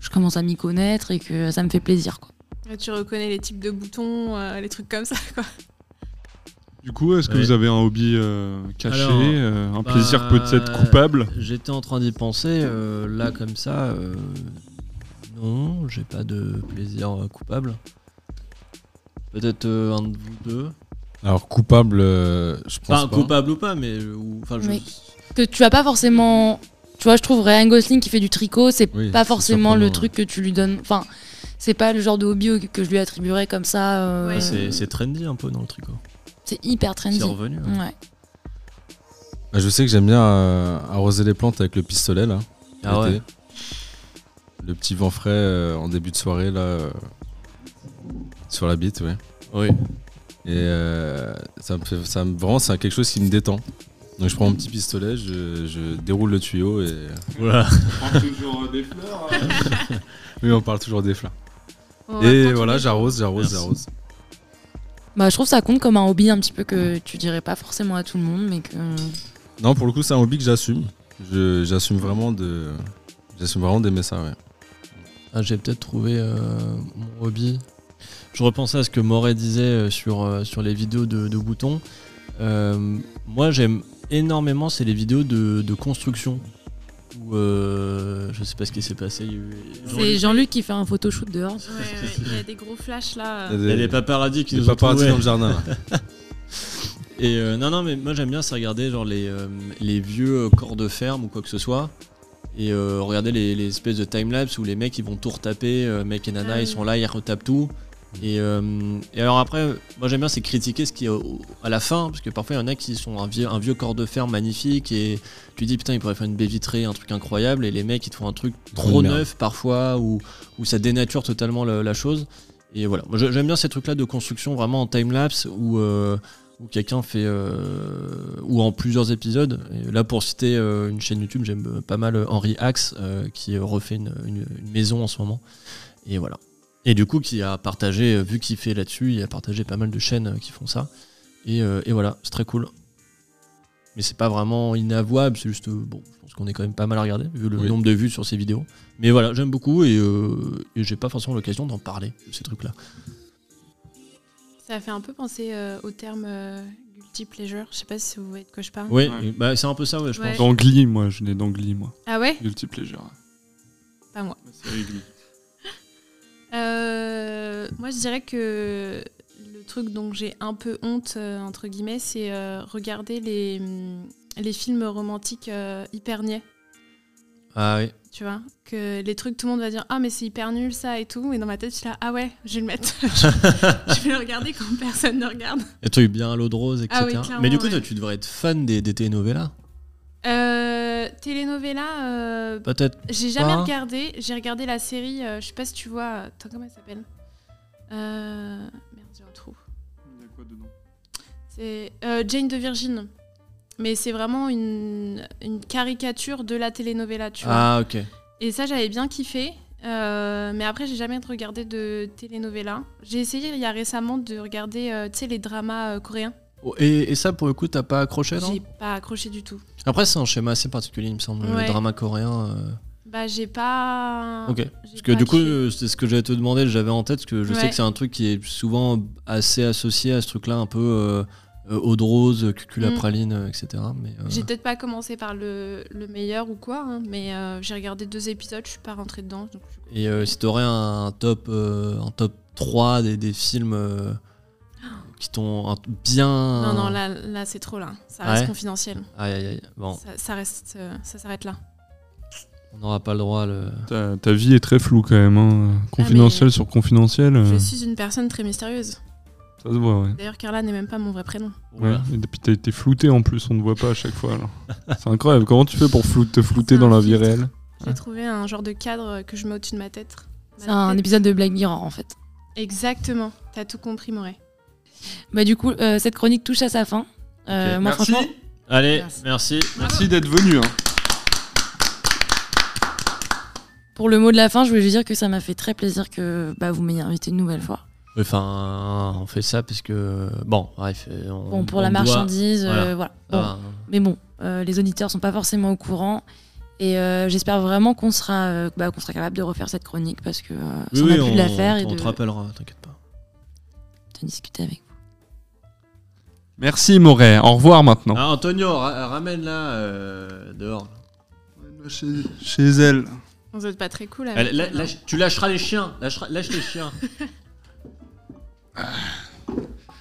[SPEAKER 2] je commence à m'y connaître et que ça me fait plaisir. Quoi.
[SPEAKER 6] Ouais, Tu reconnais les types de boutons, euh, les trucs comme ça, quoi.
[SPEAKER 4] Du coup, est-ce que
[SPEAKER 5] Ouais.
[SPEAKER 4] vous avez un hobby euh, caché,
[SPEAKER 5] Alors,
[SPEAKER 4] euh, un plaisir
[SPEAKER 5] bah,
[SPEAKER 4] peut-être coupable
[SPEAKER 5] J'étais en train d'y penser, euh, là comme ça, euh, non, j'ai pas de plaisir euh, coupable. Peut-être euh, un de vous deux.
[SPEAKER 7] Alors coupable, euh, je pense
[SPEAKER 5] Enfin,
[SPEAKER 7] pas.
[SPEAKER 5] coupable ou pas, mais euh, ou- enfin, je-
[SPEAKER 2] Mais- Que tu vas pas forcément. Tu vois, je trouve Ryan Gosling qui fait du tricot, c'est
[SPEAKER 7] Oui,
[SPEAKER 2] pas
[SPEAKER 7] c'est
[SPEAKER 2] forcément le
[SPEAKER 7] surprenant,
[SPEAKER 2] truc que tu lui donnes. Enfin, c'est pas le genre de hobby au- que je lui attribuerais comme ça. euh,
[SPEAKER 6] Ouais.
[SPEAKER 5] c'est c'est trendy un peu dans le tricot.
[SPEAKER 2] C'est hyper trendy.
[SPEAKER 5] C'est revenu. hein. ouais.
[SPEAKER 2] Ouais.
[SPEAKER 7] Bah, Je sais que j'aime bien euh, arroser les plantes avec le pistolet là.
[SPEAKER 5] Ah
[SPEAKER 7] l'été.
[SPEAKER 5] ouais.
[SPEAKER 7] Le petit vent frais euh, en début de soirée là. euh, sur la bite, ouais.
[SPEAKER 5] Oui.
[SPEAKER 7] Et euh, ça me fait, ça me, vraiment, c'est quelque chose qui me détend. Donc je prends mon petit pistolet, je, je déroule le tuyau et. euh,
[SPEAKER 5] Voilà.
[SPEAKER 4] euh, hein.
[SPEAKER 7] Oui, on parle toujours des fleurs.
[SPEAKER 6] On apprend
[SPEAKER 7] Et
[SPEAKER 6] tous
[SPEAKER 7] voilà,
[SPEAKER 6] les jours.
[SPEAKER 7] j'arrose, j'arrose,
[SPEAKER 5] Merci.
[SPEAKER 7] j'arrose.
[SPEAKER 2] Bah, je trouve ça compte comme un hobby un petit peu que tu dirais pas forcément à tout le monde, mais que.
[SPEAKER 7] Non, pour le coup, c'est un hobby que j'assume. Je- J'assume vraiment de. J'assume vraiment d'aimer ça, ouais.
[SPEAKER 5] Ah, j'ai peut-être trouvé euh, mon hobby. Je repensais à ce que Moret disait euh, sur, euh, sur les vidéos de, de boutons. Euh, moi, j'aime énormément, c'est les vidéos de, de construction. Où, euh, je sais pas ce qui s'est passé. Il y a eu-
[SPEAKER 2] C'est Jean-Luc qui fait un photoshoot dehors.
[SPEAKER 6] Ouais, ouais, il y a des gros flashs là. euh.
[SPEAKER 5] Il y a des paparazzis qui
[SPEAKER 7] des
[SPEAKER 5] nous ont
[SPEAKER 7] paparazzis
[SPEAKER 5] trouvés.
[SPEAKER 7] dans le jardin. là.
[SPEAKER 5] Et euh, non, non, mais moi j'aime bien c'est regarder genre les, euh, les vieux euh, corps de ferme ou quoi que ce soit. Et euh, regarder les, les espèces de timelapse où les mecs ils vont tout retaper, euh, mec et nana
[SPEAKER 6] Ah oui.
[SPEAKER 5] ils sont là, ils retapent tout. Et, euh, et alors après, euh, moi j'aime bien c'est critiquer ce qui est au- à la fin, parce que parfois il y en a qui sont un vieux, un vieux corps de ferme magnifique et tu dis putain ils pourraient faire une baie vitrée, un truc incroyable, et les mecs ils te font un truc
[SPEAKER 7] Ils font
[SPEAKER 5] trop
[SPEAKER 7] une merde.
[SPEAKER 5] neuf parfois ou, ou ça dénature totalement la, la chose. Et voilà, moi je- j'aime bien ces trucs-là de construction vraiment en timelapse où, euh, où quelqu'un fait. euh, ou en plusieurs épisodes. Et là, pour citer euh, une chaîne YouTube, j'aime pas mal euh, Henri Axe euh, qui euh, refait une, une- une maison en ce moment. Et voilà. Et du coup, qui a partagé, euh, vu qu'il fait là-dessus, il a partagé pas mal de chaînes euh, qui font ça. Et, euh, et voilà, c'est très cool. Mais c'est pas vraiment inavouable, c'est juste. euh, bon, je pense qu'on est quand même pas mal à regarder, vu le
[SPEAKER 7] Oui.
[SPEAKER 5] nombre de vues sur ces vidéos. Mais voilà, j'aime beaucoup et, euh, et j'ai pas forcément l'occasion d'en parler, de ces trucs-là.
[SPEAKER 6] Ça fait un peu penser euh, au terme euh, guilty pleasure. Je sais pas si vous voyez de quoi je parle.
[SPEAKER 5] Oui,
[SPEAKER 4] Ouais.
[SPEAKER 5] bah, c'est un peu ça, ouais, je
[SPEAKER 6] Ouais.
[SPEAKER 5] pense.
[SPEAKER 4] Dans Glee, moi, je l'ai dans Glee, moi.
[SPEAKER 6] Ah ouais
[SPEAKER 4] Guilty pleasure.
[SPEAKER 6] Pas moi.
[SPEAKER 4] La série Glee.
[SPEAKER 6] Euh, Moi, je dirais que le truc dont j'ai un peu honte, euh, entre guillemets, c'est mm, euh, regarder les, hum, les films romantiques euh, hyper niais.
[SPEAKER 5] Ah oui.
[SPEAKER 6] tu vois que les trucs tout le monde va dire ah mais c'est hyper nul ça et tout et dans ma tête je suis là ah ouais je vais le mettre je vais le regarder quand personne ne regarde
[SPEAKER 5] Les trucs bien à l'eau de rose, etc.
[SPEAKER 6] Ah oui, clairement,
[SPEAKER 5] Mais du coup,
[SPEAKER 6] ouais.
[SPEAKER 5] toi, tu devrais être fan des, des telenovelas.
[SPEAKER 6] euh, telenovela euh,
[SPEAKER 5] Peut-être.
[SPEAKER 6] j'ai jamais
[SPEAKER 5] pas.
[SPEAKER 6] regardé j'ai regardé la série euh, je sais pas si tu vois attends, comment elle s'appelle Euh, merde j'ai un trou
[SPEAKER 4] Il y a quoi dedans
[SPEAKER 6] c'est euh, Jane de Virgin mais c'est vraiment une, une caricature de la telenovela tu vois
[SPEAKER 5] Ah, ok.
[SPEAKER 6] Et ça, j'avais bien kiffé. Euh, mais après, j'ai jamais regardé de telenovela. J'ai essayé il y a récemment de regarder, euh, tu sais, les dramas euh, coréens.
[SPEAKER 5] Oh, Et, et ça, pour le coup, t'as pas accroché, non
[SPEAKER 6] J'ai pas accroché du tout.
[SPEAKER 5] Après, c'est un schéma assez particulier, il me semble, le
[SPEAKER 6] Ouais.
[SPEAKER 5] drama coréen. euh.
[SPEAKER 6] Bah, j'ai pas.
[SPEAKER 5] Ok.
[SPEAKER 6] j'ai
[SPEAKER 5] Parce que
[SPEAKER 6] pas
[SPEAKER 5] du coup,
[SPEAKER 6] kiffé.
[SPEAKER 5] euh, c'est ce que j'allais te demander, j'avais en tête, parce que je sais
[SPEAKER 6] Ouais.
[SPEAKER 5] que c'est un truc qui est souvent assez associé à ce truc-là, un peu euh, euh, eau de rose, cucul à
[SPEAKER 6] Mm.
[SPEAKER 5] praline, euh, etc. Mais, euh,
[SPEAKER 6] J'ai peut-être pas commencé par le, le meilleur ou quoi, hein, mais euh, j'ai regardé deux épisodes, je suis pas rentrée dedans. donc je-
[SPEAKER 5] Et euh, si t'aurais un top, euh, un top 3 des, des films euh, qui t'ont un- bien.
[SPEAKER 6] Non, non, là, là c'est trop là. Ça
[SPEAKER 5] Ouais.
[SPEAKER 6] reste confidentiel.
[SPEAKER 5] Aïe, aïe, aïe. Bon,
[SPEAKER 6] Ça, ça reste, euh, ça s'arrête là.
[SPEAKER 5] on n'aura pas le droit. Le...
[SPEAKER 4] Ta, ta vie est très floue quand même. hein.
[SPEAKER 5] Ah,
[SPEAKER 4] Confidentiel sur confidentiel. euh,
[SPEAKER 5] Hum.
[SPEAKER 6] Je suis une personne très mystérieuse.
[SPEAKER 4] Ça se voit, ouais.
[SPEAKER 6] D'ailleurs, Carla n'est même pas mon vrai prénom.
[SPEAKER 4] ouais. Et puis t'as été flouté en plus, on ne voit pas à chaque fois. alors. C'est incroyable. Comment tu fais pour flou- te flouter
[SPEAKER 5] Ah,
[SPEAKER 6] C'est
[SPEAKER 4] dans
[SPEAKER 6] un
[SPEAKER 4] la vie
[SPEAKER 6] filtre.
[SPEAKER 4] réelle
[SPEAKER 6] J'ai trouvé un genre de cadre que je mets au-dessus de ma tête.
[SPEAKER 2] C'est un épisode de Black Mirror en fait.
[SPEAKER 6] Exactement, t'as tout compris, Moret.
[SPEAKER 2] Bah du coup, euh, cette chronique touche à sa fin. Euh, moi, franchement,
[SPEAKER 5] Allez,
[SPEAKER 2] Merci.
[SPEAKER 5] merci.
[SPEAKER 4] Merci d'être venu. hein.
[SPEAKER 2] pour le mot de la fin, je voulais juste dire que ça m'a fait très plaisir que bah, vous m'ayez invité une nouvelle fois.
[SPEAKER 5] Enfin, on fait ça parce que. Bon, bref. euh, On,
[SPEAKER 2] Bon, pour la
[SPEAKER 5] on doit-
[SPEAKER 2] marchandise,
[SPEAKER 5] voilà.
[SPEAKER 2] euh, voilà. Bon.
[SPEAKER 5] Ah,
[SPEAKER 2] Mais bon, euh, les auditeurs sont pas forcément au courant. Et euh, j'espère vraiment qu'on sera, euh, bah, qu'on sera capable de refaire cette chronique parce que euh,
[SPEAKER 5] oui,
[SPEAKER 2] ça m'a
[SPEAKER 5] oui,
[SPEAKER 2] plu
[SPEAKER 5] on,
[SPEAKER 2] de la faire et
[SPEAKER 5] on
[SPEAKER 2] de,
[SPEAKER 5] te rappellera, t'inquiète pas.
[SPEAKER 2] de discuter avec vous.
[SPEAKER 4] Merci Moret. Au revoir maintenant.
[SPEAKER 5] Ah, Antonio, ra- ramène là euh, dehors.
[SPEAKER 4] Ah, Chez, chez elle.
[SPEAKER 6] Vous êtes pas très cool avec
[SPEAKER 5] Allez, la- lâche- tu lâcheras les chiens. lâchera- lâche les chiens.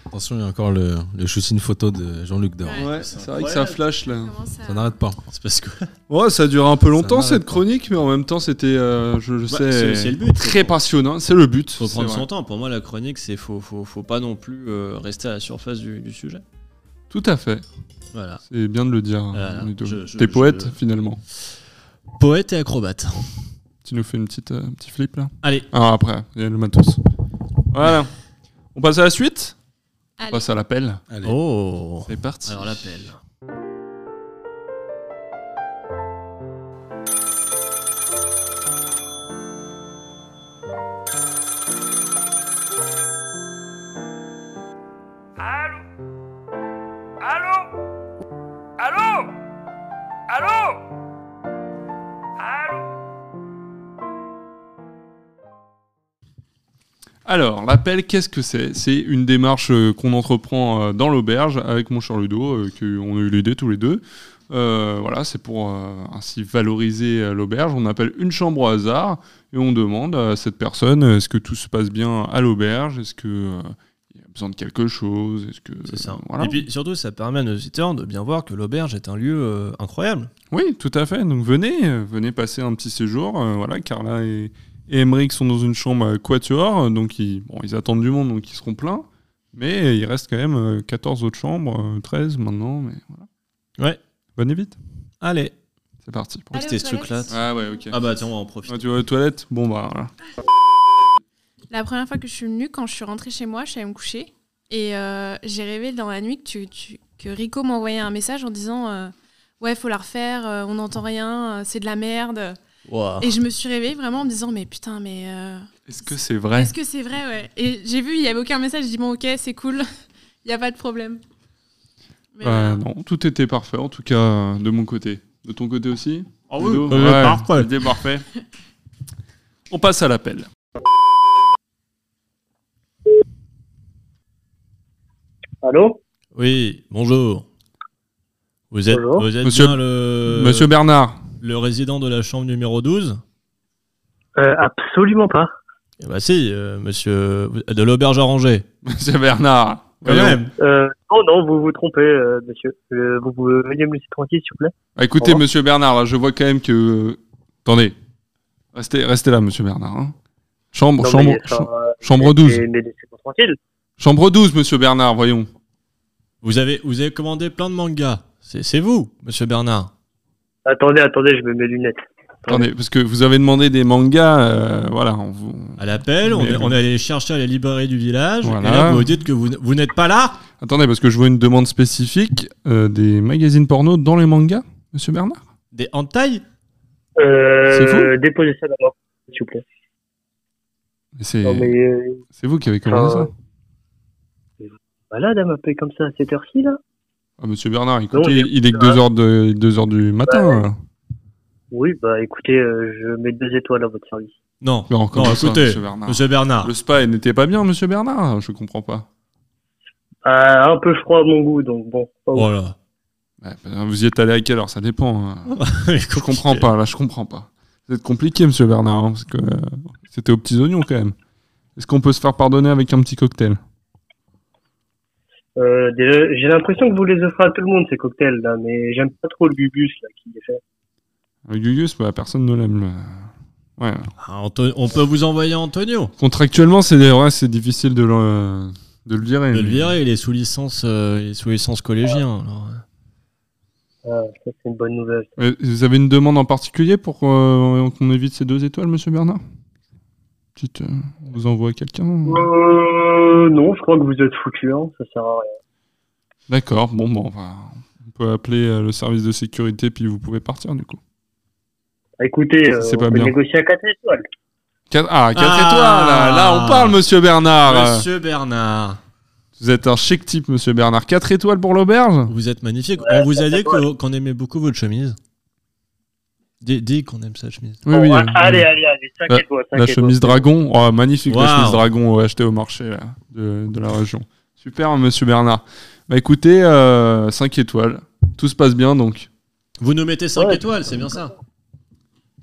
[SPEAKER 7] Attention, il y a encore le, le shooting photo de Jean-Luc dehors.
[SPEAKER 6] Ouais.
[SPEAKER 4] Ouais, c'est vrai que ça flash là.
[SPEAKER 6] Comment ça-
[SPEAKER 7] Ça n'arrête pas.
[SPEAKER 5] C'est parce que.
[SPEAKER 4] Ouais, ça dure un peu longtemps
[SPEAKER 7] m'arrête
[SPEAKER 4] cette
[SPEAKER 7] pas.
[SPEAKER 4] chronique, mais en même temps, c'était, euh, je, je
[SPEAKER 5] Bah,
[SPEAKER 4] sais,
[SPEAKER 5] c'est- c'est le but,
[SPEAKER 4] très
[SPEAKER 5] faut-
[SPEAKER 4] passionnant. C'est le but.
[SPEAKER 5] Faut
[SPEAKER 4] c'est
[SPEAKER 5] prendre
[SPEAKER 4] vrai.
[SPEAKER 5] son temps. Pour moi, la chronique, c'est faut, faut, faut pas non plus euh, rester à la surface du, du sujet.
[SPEAKER 4] Tout à fait.
[SPEAKER 5] Voilà.
[SPEAKER 4] C'est bien de le dire.
[SPEAKER 5] Voilà,
[SPEAKER 4] on est deux.
[SPEAKER 5] je- je-
[SPEAKER 4] T'es poète
[SPEAKER 5] je-
[SPEAKER 4] finalement.
[SPEAKER 5] Poète et acrobate.
[SPEAKER 4] Tu nous fais une petite, euh, un petit flip là.
[SPEAKER 5] Allez.
[SPEAKER 4] Ah après, il y a le matos. Voilà. On passe à la suite.
[SPEAKER 6] Allez.
[SPEAKER 4] On passe à l'appel.
[SPEAKER 7] Allez.
[SPEAKER 5] Oh.
[SPEAKER 4] C'est parti.
[SPEAKER 5] Alors l'appel.
[SPEAKER 4] Alors, l'appel, qu'est-ce que c'est C'est une démarche euh, qu'on entreprend euh, dans l'auberge avec mon cher Ludo, euh, qu'on a eu l'idée tous les deux. Euh, voilà, c'est pour euh, ainsi valoriser euh, l'auberge. On appelle une chambre au hasard et on demande à cette personne euh, est-ce que tout se passe bien à l'auberge Est-ce que euh, il y a besoin de quelque chose Est-ce que euh,
[SPEAKER 5] C'est ça.
[SPEAKER 4] Voilà.
[SPEAKER 5] Et puis surtout, ça permet à nos auditeurs de bien voir que l'auberge est un lieu euh, incroyable.
[SPEAKER 4] Oui, tout à fait. Donc venez, euh, venez passer un petit séjour. euh, voilà, Carla et, et Emeric sont dans une chambre à Quatuor, euh, donc ils, bon, ils attendent du monde, donc ils seront pleins. Mais il reste quand même euh, 14 autres chambres, euh, 13 maintenant, mais voilà.
[SPEAKER 5] Ouais.
[SPEAKER 4] Venez vite,
[SPEAKER 5] Allez.
[SPEAKER 4] c'est parti.
[SPEAKER 6] Allez aux
[SPEAKER 5] C'était ce
[SPEAKER 6] toilettes.
[SPEAKER 5] truc-là.
[SPEAKER 4] Ah ouais, ok.
[SPEAKER 5] Ah bah tiens, on va en profiter.
[SPEAKER 4] tu vas aux toilettes Bon bah voilà.
[SPEAKER 6] La première fois que je suis venue, quand je suis rentrée chez moi, je suis allée me coucher. Et euh, j'ai rêvé dans la nuit que, tu- tu- que Rico m'envoyait un message en disant euh, Ouais, faut la refaire, euh, on n'entend rien, euh, c'est de la merde.
[SPEAKER 5] Wow.
[SPEAKER 6] Et je me suis réveillée vraiment en me disant Mais putain, mais euh,
[SPEAKER 4] Est-ce que c'est vrai
[SPEAKER 6] est-ce que c'est vrai ouais Et j'ai vu, il n'y avait aucun message, je dis Bon, ok, c'est cool, il n'y a pas de problème. Mais
[SPEAKER 4] Euh,
[SPEAKER 6] voilà.
[SPEAKER 4] Non, tout était parfait, en tout cas euh, de mon côté. De ton côté aussi
[SPEAKER 5] Oh
[SPEAKER 4] Ludo
[SPEAKER 5] oui,
[SPEAKER 4] Ouais,
[SPEAKER 5] parfait. Euh.
[SPEAKER 4] c'était parfait. On passe à l'appel.
[SPEAKER 10] Allô
[SPEAKER 5] Oui, bonjour. Vous êtes,
[SPEAKER 10] Bonjour.
[SPEAKER 5] Vous êtes
[SPEAKER 4] Monsieur-
[SPEAKER 5] bien le,
[SPEAKER 4] Monsieur Bernard
[SPEAKER 5] le résident de la chambre numéro 12
[SPEAKER 10] euh, Absolument pas.
[SPEAKER 5] Eh bah si, euh, monsieur de l'auberge à Angers.
[SPEAKER 4] Monsieur Bernard
[SPEAKER 5] Quand
[SPEAKER 4] voyons.
[SPEAKER 5] même.
[SPEAKER 10] Euh, non, non, vous vous trompez, euh, monsieur. Euh, vous pouvez venir me laisser tranquille, s'il vous plaît.
[SPEAKER 4] Ah, écoutez,
[SPEAKER 10] Au revoir.
[SPEAKER 4] monsieur Bernard, là, je vois quand même que Attendez. Restez, restez là, monsieur Bernard. hein. Chambre,
[SPEAKER 10] Non,
[SPEAKER 4] chambre,
[SPEAKER 10] mais, enfin,
[SPEAKER 4] cha-
[SPEAKER 10] euh,
[SPEAKER 4] chambre 12.
[SPEAKER 10] mais- mais laissez-moi tranquille.
[SPEAKER 4] Chambre 12, monsieur Bernard, voyons.
[SPEAKER 5] Vous avez, vous avez commandé plein de mangas. C'est c'est vous, monsieur Bernard.
[SPEAKER 10] Attendez, attendez, je mets mes lunettes.
[SPEAKER 4] Attendez, parce que vous avez demandé des mangas, euh, voilà, on vous...
[SPEAKER 5] À l'appel, on,
[SPEAKER 4] Mais-
[SPEAKER 5] est- on est allé chercher à les libérer du village.
[SPEAKER 4] Voilà.
[SPEAKER 5] Et là, vous dites que vous, n- vous n'êtes pas là
[SPEAKER 4] Attendez, parce que je vois une demande spécifique euh, des magazines porno dans les mangas, monsieur Bernard
[SPEAKER 5] Des hentai
[SPEAKER 4] C'est
[SPEAKER 10] Euh,
[SPEAKER 4] fou.
[SPEAKER 10] déposez ça d'abord, s'il vous plaît.
[SPEAKER 4] Mais C'est
[SPEAKER 10] Non, mais euh,
[SPEAKER 4] c'est vous qui avez commandé
[SPEAKER 10] enfin,
[SPEAKER 4] ça
[SPEAKER 10] malade à m'appeler comme ça à cette heure-ci, là
[SPEAKER 4] ah, Monsieur Bernard, écoutez,
[SPEAKER 10] j'ai-
[SPEAKER 4] il est que 2h de, deux heures du
[SPEAKER 10] Bah,
[SPEAKER 4] matin. euh.
[SPEAKER 10] Oui, bah écoutez, euh, je mets deux étoiles à votre service.
[SPEAKER 5] Non.
[SPEAKER 4] Non, comment ça,
[SPEAKER 5] écoutez,
[SPEAKER 4] monsieur Bernard
[SPEAKER 5] Monsieur Bernard.
[SPEAKER 4] Le spa il n'était pas bien, monsieur Bernard Je comprends pas.
[SPEAKER 10] Ah, un peu froid à mon goût, donc bon.
[SPEAKER 4] Oh.
[SPEAKER 10] pas ouf.
[SPEAKER 5] Voilà.
[SPEAKER 4] Ouais, ben, vous y êtes allé à quelle heure Ça dépend.
[SPEAKER 5] Oh,
[SPEAKER 4] euh.
[SPEAKER 5] bah,
[SPEAKER 4] Je comprends pas, là, je comprends pas. C'est compliqué, monsieur Bernard, hein, parce que euh, c'était aux petits oignons quand même. Est-ce qu'on peut se faire pardonner avec un petit cocktail
[SPEAKER 10] Euh, déjà, j'ai l'impression que vous les offrez à tout le monde, ces cocktails, là, mais j'aime pas trop le bubus, là, qui est fait.
[SPEAKER 4] Le Gugus, bah, personne ne l'aime. le- Ouais.
[SPEAKER 5] Ah, Anto- on peut vous envoyer Antonio.
[SPEAKER 4] Contractuellement, c'est des- ouais, c'est difficile de le, de le virer.
[SPEAKER 5] De le
[SPEAKER 4] mais-
[SPEAKER 5] virer, il est sous licence, euh, il est sous licence collégien. alors, euh.
[SPEAKER 10] Ah, ça, c'est une bonne nouvelle.
[SPEAKER 4] Ouais, Euh, Vous avez une demande en particulier pour euh, qu'on évite ces deux étoiles, monsieur Bernard Petite, euh, on vous envoie quelqu'un
[SPEAKER 10] Euh, non, je crois que vous êtes foutu, hein, ça sert à rien.
[SPEAKER 4] D'accord, bon, bon, on va- on peut appeler euh, le service de sécurité, puis vous pouvez partir du coup.
[SPEAKER 10] Ah, Écoutez, euh,
[SPEAKER 4] C'est pas
[SPEAKER 10] on peut
[SPEAKER 4] bien.
[SPEAKER 10] négocier à quatre étoiles.
[SPEAKER 4] Quatre- ah, 4
[SPEAKER 5] Ah.
[SPEAKER 4] étoiles là, là, on parle, monsieur Bernard
[SPEAKER 5] Monsieur Bernard,
[SPEAKER 4] Vous êtes un chic type, monsieur Bernard. 4 étoiles pour l'auberge
[SPEAKER 5] vous êtes magnifique.
[SPEAKER 10] Ouais,
[SPEAKER 5] on vous a
[SPEAKER 10] ça
[SPEAKER 5] dit
[SPEAKER 10] fait
[SPEAKER 5] que- qu'on aimait beaucoup votre chemise. Dis, dis qu'on aime sa chemise.
[SPEAKER 4] Oui,
[SPEAKER 10] Bon,
[SPEAKER 4] oui.
[SPEAKER 10] ah,
[SPEAKER 4] euh,
[SPEAKER 10] allez, allez, allez, cinq
[SPEAKER 4] La-
[SPEAKER 10] étoiles, cinq
[SPEAKER 4] La
[SPEAKER 10] étoiles.
[SPEAKER 4] chemise dragon, oh, magnifique la
[SPEAKER 5] Waouh.
[SPEAKER 4] chemise dragon ouais, achetée au marché là, de, de la région. Super, hein, monsieur Bernard. Bah écoutez, 5 étoiles. Tout se passe bien donc.
[SPEAKER 5] Vous nous mettez 5
[SPEAKER 10] Ouais.
[SPEAKER 5] étoiles, c'est bien ça.